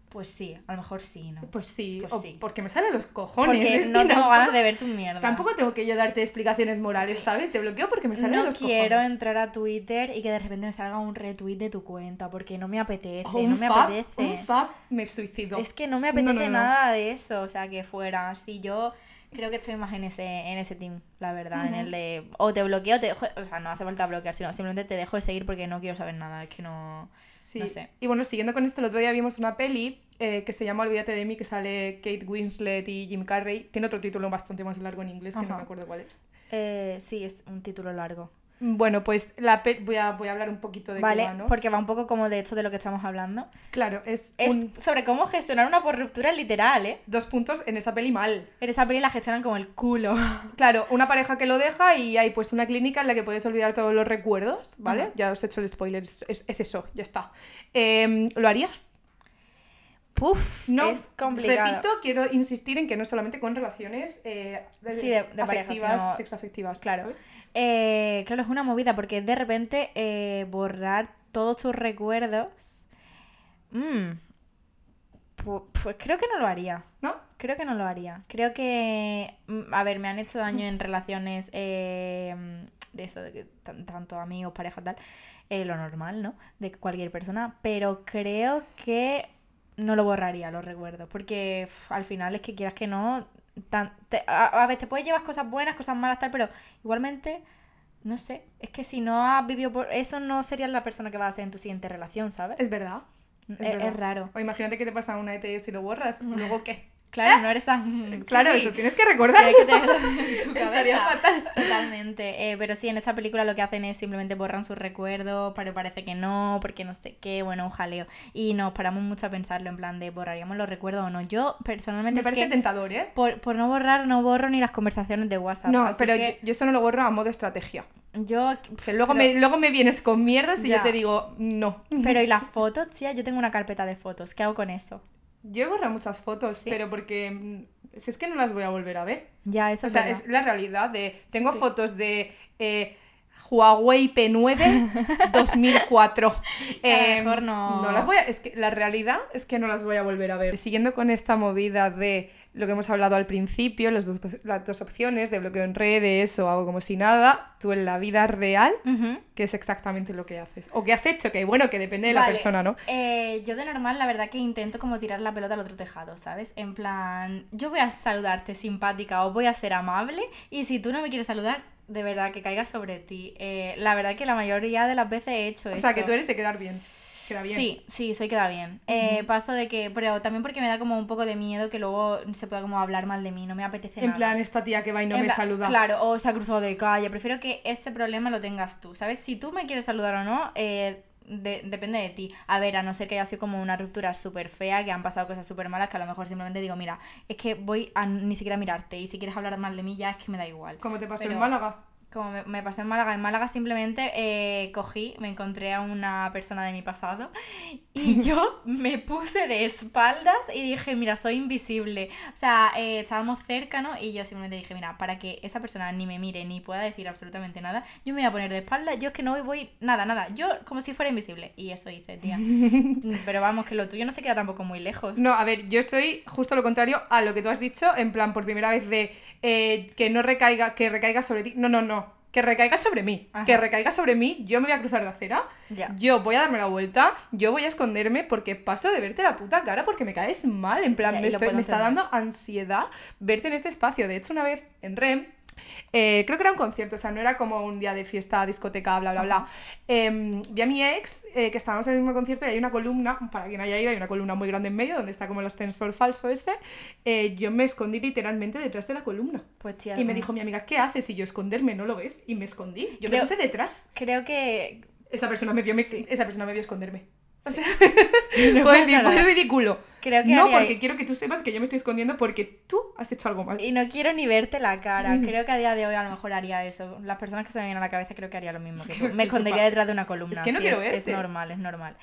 [SPEAKER 2] Pues sí, a lo mejor sí, ¿no?
[SPEAKER 1] Pues sí,
[SPEAKER 2] Pues
[SPEAKER 1] o
[SPEAKER 2] sí.
[SPEAKER 1] porque me salen los cojones. es
[SPEAKER 2] Porque
[SPEAKER 1] que
[SPEAKER 2] no tengo
[SPEAKER 1] tampoco-
[SPEAKER 2] ganas de ver tu mierda.
[SPEAKER 1] Tampoco tengo que yo darte explicaciones morales,
[SPEAKER 2] Sí.
[SPEAKER 1] ¿sabes? Te bloqueo porque me salen
[SPEAKER 2] no
[SPEAKER 1] los
[SPEAKER 2] quiero
[SPEAKER 1] cojones.
[SPEAKER 2] entrar a Twitter y que de repente me salga un retweet de tu cuenta porque no me apetece,
[SPEAKER 1] O un
[SPEAKER 2] no me
[SPEAKER 1] fab,
[SPEAKER 2] apetece.
[SPEAKER 1] un fab, me suicido.
[SPEAKER 2] Es que no me
[SPEAKER 1] No, no,
[SPEAKER 2] apetece
[SPEAKER 1] no.
[SPEAKER 2] nada de eso, o sea, que fuera así. Yo creo que estoy más en ese, en ese team, la verdad, en el de o te bloqueo, te dejo, o sea, no hace falta bloquear, sino simplemente te dejo de seguir porque no quiero saber nada, es que no...
[SPEAKER 1] Sí.
[SPEAKER 2] no sé.
[SPEAKER 1] Y bueno, siguiendo con esto, el otro día vimos una peli eh, que se llama Olvídate de mí, que sale Kate Winslet y Jim Carrey. Tiene otro título bastante más largo en inglés, que no
[SPEAKER 2] Ajá.
[SPEAKER 1] me acuerdo cuál es.
[SPEAKER 2] Eh, sí, es un título largo.
[SPEAKER 1] Bueno, pues la pe- voy, a, voy a hablar un poquito de qué
[SPEAKER 2] Vale,
[SPEAKER 1] va, ¿no?
[SPEAKER 2] porque va un poco como de esto de lo que estamos hablando.
[SPEAKER 1] Claro, es,
[SPEAKER 2] Es
[SPEAKER 1] un-
[SPEAKER 2] sobre cómo gestionar una por ruptura literal, ¿eh?
[SPEAKER 1] dos puntos en esa peli mal.
[SPEAKER 2] En esa peli la gestionan como el culo.
[SPEAKER 1] Claro, una pareja que lo deja y hay puesto una clínica en la que podéis olvidar todos los recuerdos, ¿vale?
[SPEAKER 2] Ajá.
[SPEAKER 1] Ya os he hecho el spoiler, es, es- es eso, ya está. Em, ¿Lo harías?
[SPEAKER 2] Puf,
[SPEAKER 1] No,
[SPEAKER 2] es complicado.
[SPEAKER 1] repito, quiero insistir en que no solamente con relaciones eh,
[SPEAKER 2] Sí, de- de pareja,
[SPEAKER 1] afectivas,
[SPEAKER 2] sino-
[SPEAKER 1] sexoafectivas,
[SPEAKER 2] Claro.
[SPEAKER 1] ¿sabes?
[SPEAKER 2] Eh, claro, es una movida porque de repente eh, borrar todos tus recuerdos. Mm. Pu- pues creo que no lo haría.
[SPEAKER 1] ¿No?
[SPEAKER 2] Creo que no lo haría. Creo que. mm, A ver, me han hecho daño en relaciones eh, mm, de eso, de que tan- tanto amigos, pareja, tal. eh, lo normal, ¿no? De cualquier persona. Pero creo que no lo borraría, los recuerdos. Porque uf, al final es que quieras que no. tan- te- a, a ver, te puedes llevar cosas buenas, cosas malas, tal, pero igualmente. No sé, es que si no has vivido por eso, no serías la persona que vas a ser en tu siguiente relación, ¿sabes?
[SPEAKER 1] Es verdad.
[SPEAKER 2] Es-
[SPEAKER 1] verdad.
[SPEAKER 2] es raro.
[SPEAKER 1] O imagínate que te pasa una ETS y lo borras, ¿y luego qué?
[SPEAKER 2] Claro, no eres tan. sí,
[SPEAKER 1] Claro,
[SPEAKER 2] sí.
[SPEAKER 1] eso tienes que recordar.
[SPEAKER 2] Tienes que tenerlo en tu
[SPEAKER 1] Estaría
[SPEAKER 2] cabeza.
[SPEAKER 1] fatal.
[SPEAKER 2] Totalmente. Eh, pero sí, en esta película lo que hacen es simplemente borran sus recuerdos, pero parece que no, porque no sé qué, bueno, un jaleo. Y nos paramos mucho a pensarlo en plan de borraríamos los recuerdos o no. Yo personalmente
[SPEAKER 1] Me
[SPEAKER 2] es
[SPEAKER 1] parece
[SPEAKER 2] que
[SPEAKER 1] tentador, ¿eh?
[SPEAKER 2] por, por no borrar, no borro ni las conversaciones de WhatsApp.
[SPEAKER 1] No,
[SPEAKER 2] Así
[SPEAKER 1] pero
[SPEAKER 2] que
[SPEAKER 1] yo, yo eso no lo borro a modo estrategia.
[SPEAKER 2] yo.
[SPEAKER 1] Que luego,
[SPEAKER 2] pero-
[SPEAKER 1] me, luego me vienes con mierdas y
[SPEAKER 2] Ya.
[SPEAKER 1] yo te digo, no.
[SPEAKER 2] Pero y las fotos, tía, yo tengo una carpeta de fotos. ¿Qué hago con eso?
[SPEAKER 1] Yo he borrado muchas fotos,
[SPEAKER 2] Sí.
[SPEAKER 1] pero porque. mm, Si es que no las voy a volver a ver.
[SPEAKER 2] Ya,
[SPEAKER 1] O
[SPEAKER 2] eso es
[SPEAKER 1] sea,
[SPEAKER 2] verdad.
[SPEAKER 1] es la realidad de. Tengo
[SPEAKER 2] sí.
[SPEAKER 1] fotos de eh, Huawei P9 2004.
[SPEAKER 2] a lo mejor no.
[SPEAKER 1] Em, las voy a- Es que la realidad es que no las voy a volver a ver. Siguiendo con esta movida de lo que hemos hablado al principio, las dos, las dos opciones de bloqueo en redes o hago como si nada, tú en la vida real,
[SPEAKER 2] Ujú.
[SPEAKER 1] que es exactamente lo que haces. O que has hecho, que bueno, que depende de la
[SPEAKER 2] Vale.
[SPEAKER 1] persona, ¿no?
[SPEAKER 2] Eh, yo de normal, la verdad que intento como tirar la pelota al otro tejado, ¿sabes? En plan, yo voy a saludarte simpática o voy a ser amable y si tú no me quieres saludar, de verdad que caiga sobre ti. Eh, la verdad que la mayoría de las veces he hecho
[SPEAKER 1] O
[SPEAKER 2] eso.
[SPEAKER 1] sea, que tú eres de quedar bien. Queda bien.
[SPEAKER 2] Sí, sí, soy queda bien. Eh, Paso de que, pero también porque me da como un poco de miedo que luego se pueda como hablar mal de mí, no me apetece
[SPEAKER 1] En
[SPEAKER 2] nada.
[SPEAKER 1] plan, esta tía que va y no
[SPEAKER 2] En
[SPEAKER 1] me
[SPEAKER 2] plan,
[SPEAKER 1] saluda.
[SPEAKER 2] Claro, o se ha cruzado de calle. Prefiero que ese problema lo tengas tú, ¿sabes? Si tú me quieres saludar o no, eh, de- depende de ti. A ver, a no ser que haya sido como una ruptura súper fea, que han pasado cosas súper malas, que a lo mejor simplemente digo, mira, es que voy a ni siquiera mirarte y si quieres hablar mal de mí ya es que me da igual.
[SPEAKER 1] Como te pasó
[SPEAKER 2] Pero-
[SPEAKER 1] en Málaga.
[SPEAKER 2] Como me, me pasó en Málaga. En Málaga simplemente eh, cogí, me encontré a una persona de mi pasado y yo me puse de espaldas y dije, mira, soy invisible. O sea, eh, estábamos cerca, ¿no? Y yo simplemente dije, mira, para que esa persona ni me mire ni pueda decir absolutamente nada, yo me voy a poner de espaldas. Yo es que no voy nada, nada. Yo como si fuera invisible. Y eso hice, tía. Pero vamos, que lo tuyo no se queda tampoco muy lejos.
[SPEAKER 1] No, a ver, yo estoy justo lo contrario a lo que tú has dicho, en plan, por primera vez de eh, que no recaiga, que recaiga sobre ti. No, no, no. Que recaiga sobre mí.
[SPEAKER 2] Ajá.
[SPEAKER 1] Que recaiga sobre mí. Yo me voy a cruzar de acera.
[SPEAKER 2] Ya.
[SPEAKER 1] Yo voy a darme la vuelta. Yo voy a esconderme porque paso de verte la puta cara porque me caes mal. En plan,
[SPEAKER 2] Ya, y
[SPEAKER 1] me,
[SPEAKER 2] lo
[SPEAKER 1] estoy-
[SPEAKER 2] puedo
[SPEAKER 1] me está
[SPEAKER 2] entender.
[SPEAKER 1] dando ansiedad verte en este espacio. De hecho, una vez en REM. eh, creo que era un concierto, o sea, no era como un día de fiesta, discoteca, bla, bla, bla. Em, vi a mi ex, eh, que estábamos en el mismo concierto, y hay una columna, para quien haya ido, hay una columna muy grande en medio, donde está como el ascensor falso este. Eh, yo me escondí literalmente detrás de la columna.
[SPEAKER 2] Pues tía,
[SPEAKER 1] Y me
[SPEAKER 2] no.
[SPEAKER 1] dijo mi amiga, ¿qué haces? Y yo, esconderme, ¿no lo ves? Y me escondí. Yo me
[SPEAKER 2] Creo-
[SPEAKER 1] puse detrás.
[SPEAKER 2] Creo que...
[SPEAKER 1] Esa persona me vio, me-
[SPEAKER 2] Sí.
[SPEAKER 1] esa persona me vio esconderme. O sea,
[SPEAKER 2] No
[SPEAKER 1] puedo
[SPEAKER 2] pasa
[SPEAKER 1] decir,
[SPEAKER 2] nada.
[SPEAKER 1] fue ridículo.
[SPEAKER 2] Creo que
[SPEAKER 1] no,
[SPEAKER 2] haría-
[SPEAKER 1] porque quiero que tú sepas que yo me estoy escondiendo porque tú has hecho algo mal.
[SPEAKER 2] Y no quiero ni verte la cara.
[SPEAKER 1] Mm.
[SPEAKER 2] Creo que a día de hoy a lo mejor haría eso. Las personas que se me vienen a la cabeza creo que haría lo mismo que tú.
[SPEAKER 1] Es que
[SPEAKER 2] Me escondería
[SPEAKER 1] tú pa-
[SPEAKER 2] detrás de una columna.
[SPEAKER 1] Es que no
[SPEAKER 2] sí,
[SPEAKER 1] quiero
[SPEAKER 2] es,
[SPEAKER 1] verte.
[SPEAKER 2] normal, es normal.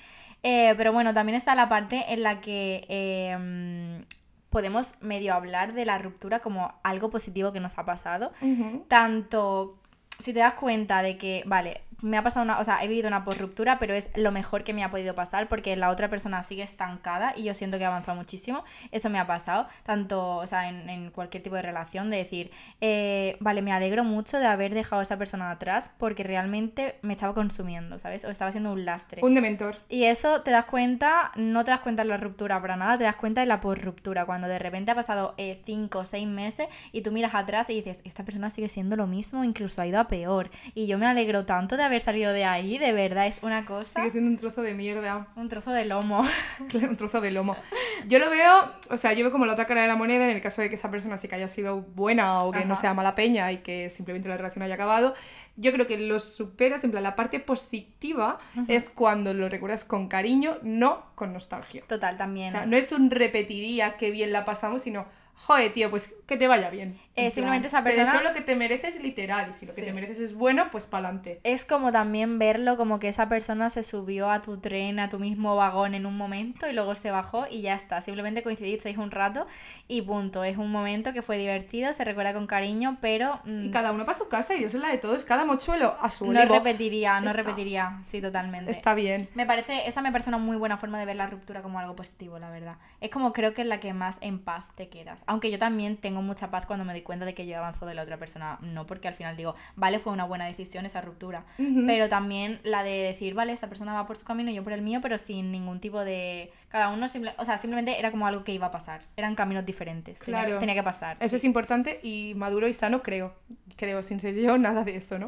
[SPEAKER 2] Eh, pero bueno, también está la parte en la que eh, podemos medio hablar de la ruptura como algo positivo que nos ha pasado.
[SPEAKER 1] Ujú.
[SPEAKER 2] Tanto si te das cuenta de que, vale, me ha pasado una, o sea, he vivido una ruptura, pero es lo mejor que me ha podido pasar porque la otra persona sigue estancada y yo siento que he avanzado muchísimo. Eso me ha pasado, tanto, o sea, en, en cualquier tipo de relación, de decir, eh, vale, me alegro mucho de haber dejado a esa persona atrás porque realmente me estaba consumiendo, ¿sabes? O estaba siendo un lastre.
[SPEAKER 1] Un dementor.
[SPEAKER 2] Y eso te das cuenta, no te das cuenta en la ruptura para nada, te das cuenta en la post-ruptura, cuando de repente ha pasado eh, cinco o seis meses y tú miras atrás y dices, esta persona sigue siendo lo mismo, incluso ha ido a peor. Y yo me alegro tanto de haber salido de ahí, de verdad, es una cosa,
[SPEAKER 1] Sigue siendo un trozo de mierda.
[SPEAKER 2] un trozo de lomo.
[SPEAKER 1] Claro, un trozo de lomo. Yo lo veo, o sea, yo veo como la otra cara de la moneda en el caso de que esa persona sí que haya sido buena o que no
[SPEAKER 2] Ajá.
[SPEAKER 1] sea mala peña y que simplemente la relación haya acabado. Yo creo que lo superas, en plan, la parte positiva es cuando lo recuerdas con cariño, no con nostalgia.
[SPEAKER 2] Total, también.
[SPEAKER 1] O sea, no es un repetiría que bien la pasamos, sino, joder, tío, pues que te vaya bien.
[SPEAKER 2] Eh,
[SPEAKER 1] En
[SPEAKER 2] simplemente
[SPEAKER 1] plan,
[SPEAKER 2] esa persona-
[SPEAKER 1] Te deseo lo que te mereces literal y si lo que
[SPEAKER 2] Sí.
[SPEAKER 1] te mereces es bueno, pues pa'lante.
[SPEAKER 2] Es como también verlo como que esa persona se subió a tu tren, a tu mismo vagón en un momento y luego se bajó y ya está. Simplemente coincidisteis un rato y punto. Es un momento que fue divertido, se recuerda con cariño, pero mm,
[SPEAKER 1] Y cada uno para su casa y Dios es la de todos, cada mochuelo a su
[SPEAKER 2] no
[SPEAKER 1] olivo.
[SPEAKER 2] repetiría, no
[SPEAKER 1] Está.
[SPEAKER 2] repetiría. Sí, totalmente.
[SPEAKER 1] Está bien.
[SPEAKER 2] Me parece, esa me parece una muy buena forma de ver la ruptura como algo positivo, la verdad. Es como creo que es la que más en paz te quedas. Aunque yo también tengo mucha paz cuando me doy cuenta de que yo he avanzado de la otra persona. No porque al final digo, vale, fue una buena decisión esa ruptura.
[SPEAKER 1] Ujú.
[SPEAKER 2] Pero también la de decir, vale, esa persona va por su camino y yo por el mío, pero sin ningún tipo de... Cada uno, simple... o sea, simplemente era como algo que iba a pasar. Eran caminos diferentes. Tenía-
[SPEAKER 1] Claro.
[SPEAKER 2] Tenía, que pasar.
[SPEAKER 1] Eso
[SPEAKER 2] sí.
[SPEAKER 1] es importante y maduro y sano creo. Creo, sin ser yo, nada de eso, ¿no?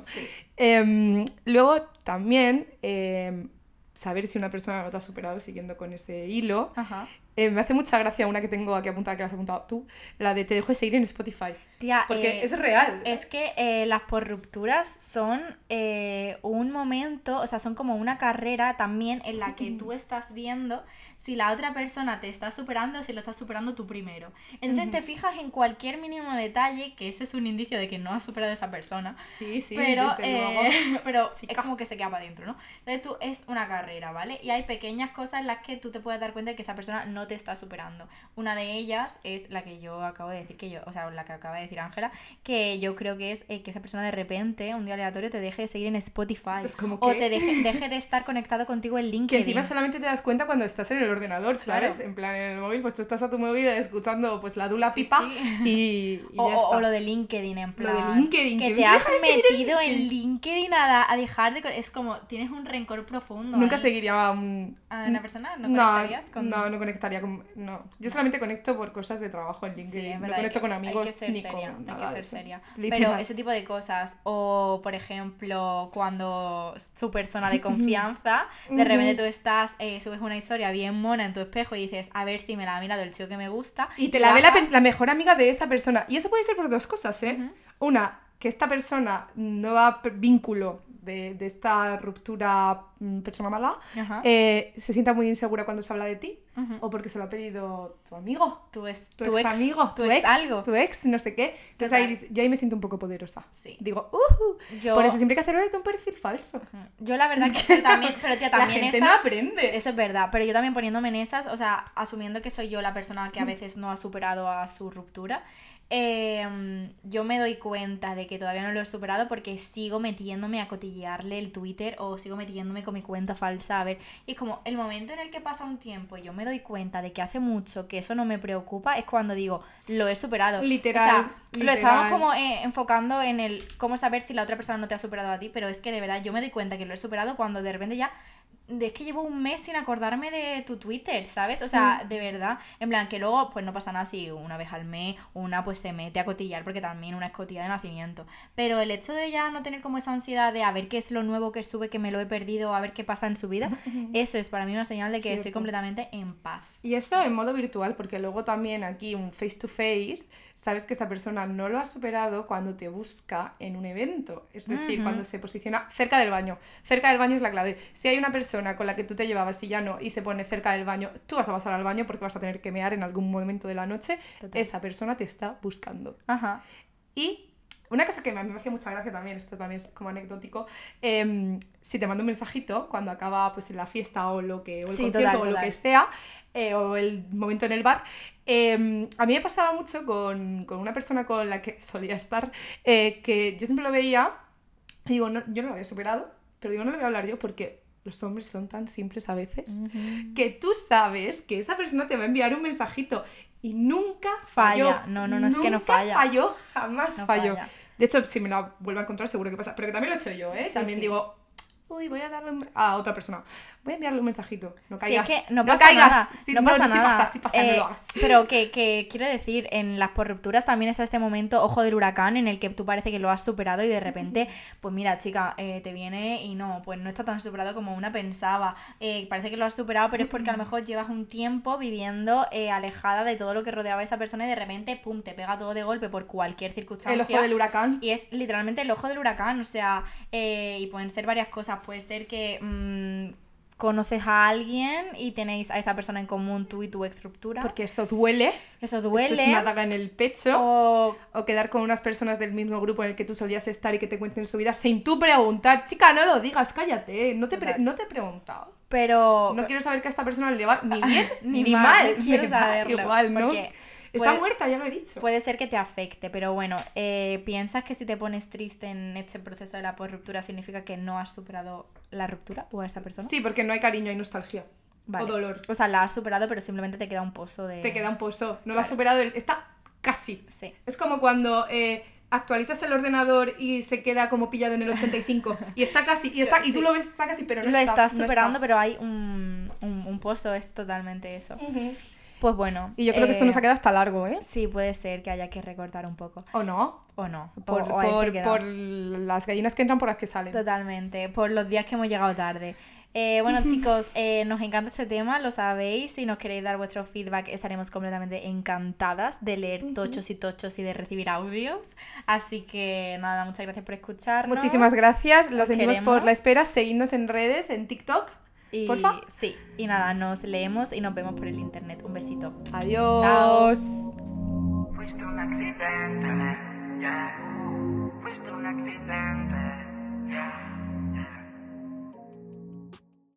[SPEAKER 1] Em, luego también em, saber si una persona no te ha superado siguiendo con este hilo.
[SPEAKER 2] Ajá.
[SPEAKER 1] Eh, me hace mucha gracia una que tengo aquí apuntada, que la has apuntado tú, la de te dejo de seguir en Spotify.
[SPEAKER 2] Tía,
[SPEAKER 1] Porque
[SPEAKER 2] eh,
[SPEAKER 1] es real.
[SPEAKER 2] Es que eh, las porrupturas son eh, un momento, o sea, son como una carrera también en la que tú estás viendo si la otra persona te está superando o si lo estás superando tú primero. Entonces te fijas en cualquier mínimo detalle, que eso es un indicio de que no has superado a esa persona.
[SPEAKER 1] sí, sí,
[SPEAKER 2] Pero,
[SPEAKER 1] desde
[SPEAKER 2] eh,
[SPEAKER 1] luego.
[SPEAKER 2] pero es
[SPEAKER 1] Chica.
[SPEAKER 2] como que se queda para adentro, ¿no? Entonces tú es una carrera, ¿vale? Y hay pequeñas cosas en las que tú te puedes dar cuenta de que esa persona no te está superando. Una de ellas es la que yo acabo de decir, que yo, o sea, la que acaba de decir Ángela, que yo creo que es eh, que esa persona de repente, un día aleatorio, te deje de seguir en Spotify.
[SPEAKER 1] Es como
[SPEAKER 2] o
[SPEAKER 1] que-
[SPEAKER 2] te deje, deje de estar conectado contigo en LinkedIn.
[SPEAKER 1] Que encima solamente te das cuenta cuando estás en el ordenador, ¿sabes?
[SPEAKER 2] Claro.
[SPEAKER 1] En plan, en el móvil, pues tú estás a tu móvil escuchando pues la dula
[SPEAKER 2] Sí,
[SPEAKER 1] pipa
[SPEAKER 2] sí.
[SPEAKER 1] y, y
[SPEAKER 2] O,
[SPEAKER 1] ya
[SPEAKER 2] o- o
[SPEAKER 1] está.
[SPEAKER 2] lo de LinkedIn, en
[SPEAKER 1] Lo de
[SPEAKER 2] plan.
[SPEAKER 1] LinkedIn,
[SPEAKER 2] Que,
[SPEAKER 1] que
[SPEAKER 2] te
[SPEAKER 1] me
[SPEAKER 2] has
[SPEAKER 1] deja de seguir en
[SPEAKER 2] metido en LinkedIn a, la- a dejar de. co- Es como, tienes un rencor profundo.
[SPEAKER 1] Nunca
[SPEAKER 2] ahí
[SPEAKER 1] seguiría a un-
[SPEAKER 2] A una Ah, persona, ¿no, conectarías con.?
[SPEAKER 1] no, no conectaría con. No. Yo solamente conecto por cosas de trabajo en
[SPEAKER 2] Sí,
[SPEAKER 1] LinkedIn.
[SPEAKER 2] es
[SPEAKER 1] no
[SPEAKER 2] verdad, hay
[SPEAKER 1] conecto
[SPEAKER 2] que-
[SPEAKER 1] con amigos
[SPEAKER 2] Hay que ser
[SPEAKER 1] ni
[SPEAKER 2] seria,
[SPEAKER 1] con.
[SPEAKER 2] hay
[SPEAKER 1] nada
[SPEAKER 2] que
[SPEAKER 1] de
[SPEAKER 2] ser
[SPEAKER 1] eso.
[SPEAKER 2] seria. Pero
[SPEAKER 1] Literal.
[SPEAKER 2] ese tipo de cosas, o por ejemplo, cuando su persona de confianza, de repente tú estás, eh, subes una historia bien mona en tu espejo y dices, a ver si me la ha mirado el chico que me gusta.
[SPEAKER 1] Y te la ve la,
[SPEAKER 2] bajas-
[SPEAKER 1] per- la mejor amiga de esta persona. Y eso puede ser por dos cosas, ¿eh?
[SPEAKER 2] Ujú.
[SPEAKER 1] Una, que esta persona no va a per- vínculo de, de esta ruptura mm, persona mala,
[SPEAKER 2] Ajá.
[SPEAKER 1] eh, se sienta muy insegura cuando se habla de ti.
[SPEAKER 2] Ujú.
[SPEAKER 1] o porque se lo ha pedido tu amigo,
[SPEAKER 2] Tu ex,
[SPEAKER 1] tu, ex, amigo,
[SPEAKER 2] tu, ex, algo.
[SPEAKER 1] tu ex, no sé qué. Entonces
[SPEAKER 2] Total.
[SPEAKER 1] ahí, dice- yo ahí me siento un poco poderosa.
[SPEAKER 2] Sí.
[SPEAKER 1] Digo, "Ujú".
[SPEAKER 2] Yo,
[SPEAKER 1] por eso siempre hay que hacer de un perfil falso.
[SPEAKER 2] Ujú. yo la verdad que yo también, pero tía,
[SPEAKER 1] La
[SPEAKER 2] también
[SPEAKER 1] gente
[SPEAKER 2] esa-
[SPEAKER 1] no aprende.
[SPEAKER 2] Eso es verdad, pero yo también poniéndome en esas, o sea, asumiendo que soy yo la persona que a veces no ha superado a su ruptura, eh, yo me doy cuenta de que todavía no lo he superado porque sigo metiéndome a cotillearle el Twitter o sigo metiéndome con mi cuenta falsa, a ver, y es como el momento en el que pasa un tiempo y yo me doy cuenta de que hace mucho que eso no me preocupa, es cuando digo, lo he superado.
[SPEAKER 1] Literal,
[SPEAKER 2] O sea, lo
[SPEAKER 1] literal.
[SPEAKER 2] estamos como eh, enfocando en el cómo saber si la otra persona no te ha superado a ti, pero es que de verdad yo me doy cuenta que lo he superado cuando de repente ya de- es que llevo un mes sin acordarme de tu Twitter, ¿sabes? O sea, de verdad, en plan que luego pues no pasa nada si una vez al mes una pues se mete a cotillar porque también una es cotilla de nacimiento, pero el hecho de ya no tener como esa ansiedad de a ver qué es lo nuevo que sube que me lo he perdido, a ver qué pasa en su vida, eso es para mí una señal de que estoy
[SPEAKER 1] Cierto.
[SPEAKER 2] completamente en paz.
[SPEAKER 1] Y esto en modo virtual, porque luego también aquí un face to face, sabes que esta persona no lo ha superado cuando te busca en un evento. Es decir,
[SPEAKER 2] Ujú.
[SPEAKER 1] cuando se posiciona cerca del baño. Cerca del baño es la clave. Si hay una persona con la que tú te llevabas y ya no, y se pone cerca del baño, tú vas a pasar al baño porque vas a tener que mear en algún momento de la noche.
[SPEAKER 2] Total.
[SPEAKER 1] Esa persona te está buscando.
[SPEAKER 2] Ajá.
[SPEAKER 1] Y una cosa que me me hace mucha gracia también, esto también es como anecdótico, em, si te mando un mensajito cuando acaba pues en la fiesta o lo que o el
[SPEAKER 2] Sí,
[SPEAKER 1] concierto
[SPEAKER 2] total,
[SPEAKER 1] o lo
[SPEAKER 2] total.
[SPEAKER 1] que sea, eh, o el momento en el bar, em, a mí me pasaba mucho con, con una persona con la que solía estar, eh, que yo siempre lo veía y digo, no- yo no lo había superado, pero digo, no lo voy a hablar yo porque los hombres son tan simples a veces que tú sabes que esa persona te va a enviar un mensajito y nunca falló.
[SPEAKER 2] Falla. No, no, no, es que no
[SPEAKER 1] Nunca
[SPEAKER 2] falla.
[SPEAKER 1] falló, jamás
[SPEAKER 2] No
[SPEAKER 1] falló.
[SPEAKER 2] falla.
[SPEAKER 1] De hecho, si me la vuelvo a encontrar, seguro que pasa. Pero que también lo he hecho yo, ¿eh?
[SPEAKER 2] Sí,
[SPEAKER 1] también
[SPEAKER 2] sí.
[SPEAKER 1] digo, uy, voy a darle un- a otra persona. Voy a enviarle un mensajito. No
[SPEAKER 2] Sí,
[SPEAKER 1] caigas.
[SPEAKER 2] es que no, pasa
[SPEAKER 1] caigas.
[SPEAKER 2] nada.
[SPEAKER 1] Sí,
[SPEAKER 2] no pasa
[SPEAKER 1] sí
[SPEAKER 2] nada.
[SPEAKER 1] pasa, sí pasa, no
[SPEAKER 2] Eh,
[SPEAKER 1] lo hagas.
[SPEAKER 2] Pero que, que quiero decir, en las porrupturas también está este momento, ojo del huracán, en el que tú parece que lo has superado y de repente, pues mira, chica, eh, te viene y no, pues no está tan superado como una pensaba. Eh, parece que lo has superado, pero es porque a lo mejor llevas un tiempo viviendo eh, alejada de todo lo que rodeaba a esa persona y de repente, pum, te pega todo de golpe por cualquier circunstancia.
[SPEAKER 1] El ojo del huracán.
[SPEAKER 2] Y es literalmente el ojo del huracán, o sea, eh, y pueden ser varias cosas. Puede ser que mm, conoces a alguien y tenéis a esa persona en común tú y tu ex ruptura.
[SPEAKER 1] Porque esto duele.
[SPEAKER 2] eso
[SPEAKER 1] Eso
[SPEAKER 2] duele.
[SPEAKER 1] es una daga en el pecho.
[SPEAKER 2] o
[SPEAKER 1] O quedar con unas personas del mismo grupo en el que tú solías estar y que te cuenten su vida sin tú preguntar. Chica, no lo digas, cállate. No te, pre-
[SPEAKER 2] Total.
[SPEAKER 1] no te he preguntado.
[SPEAKER 2] pero
[SPEAKER 1] No quiero saber que a esta persona le va ni bien
[SPEAKER 2] Ni
[SPEAKER 1] ni,
[SPEAKER 2] mal,
[SPEAKER 1] mal.
[SPEAKER 2] no quiero
[SPEAKER 1] me da
[SPEAKER 2] saberlo,
[SPEAKER 1] Igual, ¿no?
[SPEAKER 2] porque
[SPEAKER 1] Está
[SPEAKER 2] puede-
[SPEAKER 1] muerta, ya lo he dicho.
[SPEAKER 2] puede ser que te afecte, pero bueno, eh, piensas que si te pones triste en este proceso de la ruptura significa que no has superado la ruptura o a esa persona.
[SPEAKER 1] Sí, porque no hay cariño, hay nostalgia.
[SPEAKER 2] Vale.
[SPEAKER 1] O dolor.
[SPEAKER 2] O sea, la has superado, pero simplemente te queda un pozo de.
[SPEAKER 1] Te queda un pozo. No lo has superado. el- Está casi.
[SPEAKER 2] Sí.
[SPEAKER 1] Es como cuando eh, actualizas el ordenador y se queda como pillado en el 85. Y está casi. Y, está, y tú lo ves, está casi, pero no
[SPEAKER 2] lo
[SPEAKER 1] está,
[SPEAKER 2] estás
[SPEAKER 1] no
[SPEAKER 2] superando,
[SPEAKER 1] está.
[SPEAKER 2] pero hay un, un, un pozo, es totalmente eso.
[SPEAKER 1] Ujú.
[SPEAKER 2] Pues bueno.
[SPEAKER 1] Eh. Y yo creo que esto nos
[SPEAKER 2] eh,
[SPEAKER 1] ha quedado hasta largo, ¿eh?
[SPEAKER 2] Sí, puede ser que haya que recortar un poco.
[SPEAKER 1] ¿O no?
[SPEAKER 2] O no. o-
[SPEAKER 1] Por,
[SPEAKER 2] o ahí se
[SPEAKER 1] por-
[SPEAKER 2] queda.
[SPEAKER 1] por las gallinas que entran, por las que salen.
[SPEAKER 2] Totalmente. Por los días que hemos llegado tarde. Eh, bueno, chicos, eh, nos encanta este tema, lo sabéis. Si nos queréis dar vuestro feedback, estaremos completamente encantadas de leer tochos y tochos y de recibir audios. Así que nada, muchas gracias por escucharnos.
[SPEAKER 1] Muchísimas gracias. Los
[SPEAKER 2] Os
[SPEAKER 1] sentimos por
[SPEAKER 2] queremos.
[SPEAKER 1] la espera. Seguidnos en redes, en TikTok.
[SPEAKER 2] Y,
[SPEAKER 1] Porfa.
[SPEAKER 2] Sí, y nada, nos leemos y nos vemos por el internet. Un besito.
[SPEAKER 1] Adiós.
[SPEAKER 3] Fuiste un eh. accidente, yeah. Fuiste un accidente, yeah.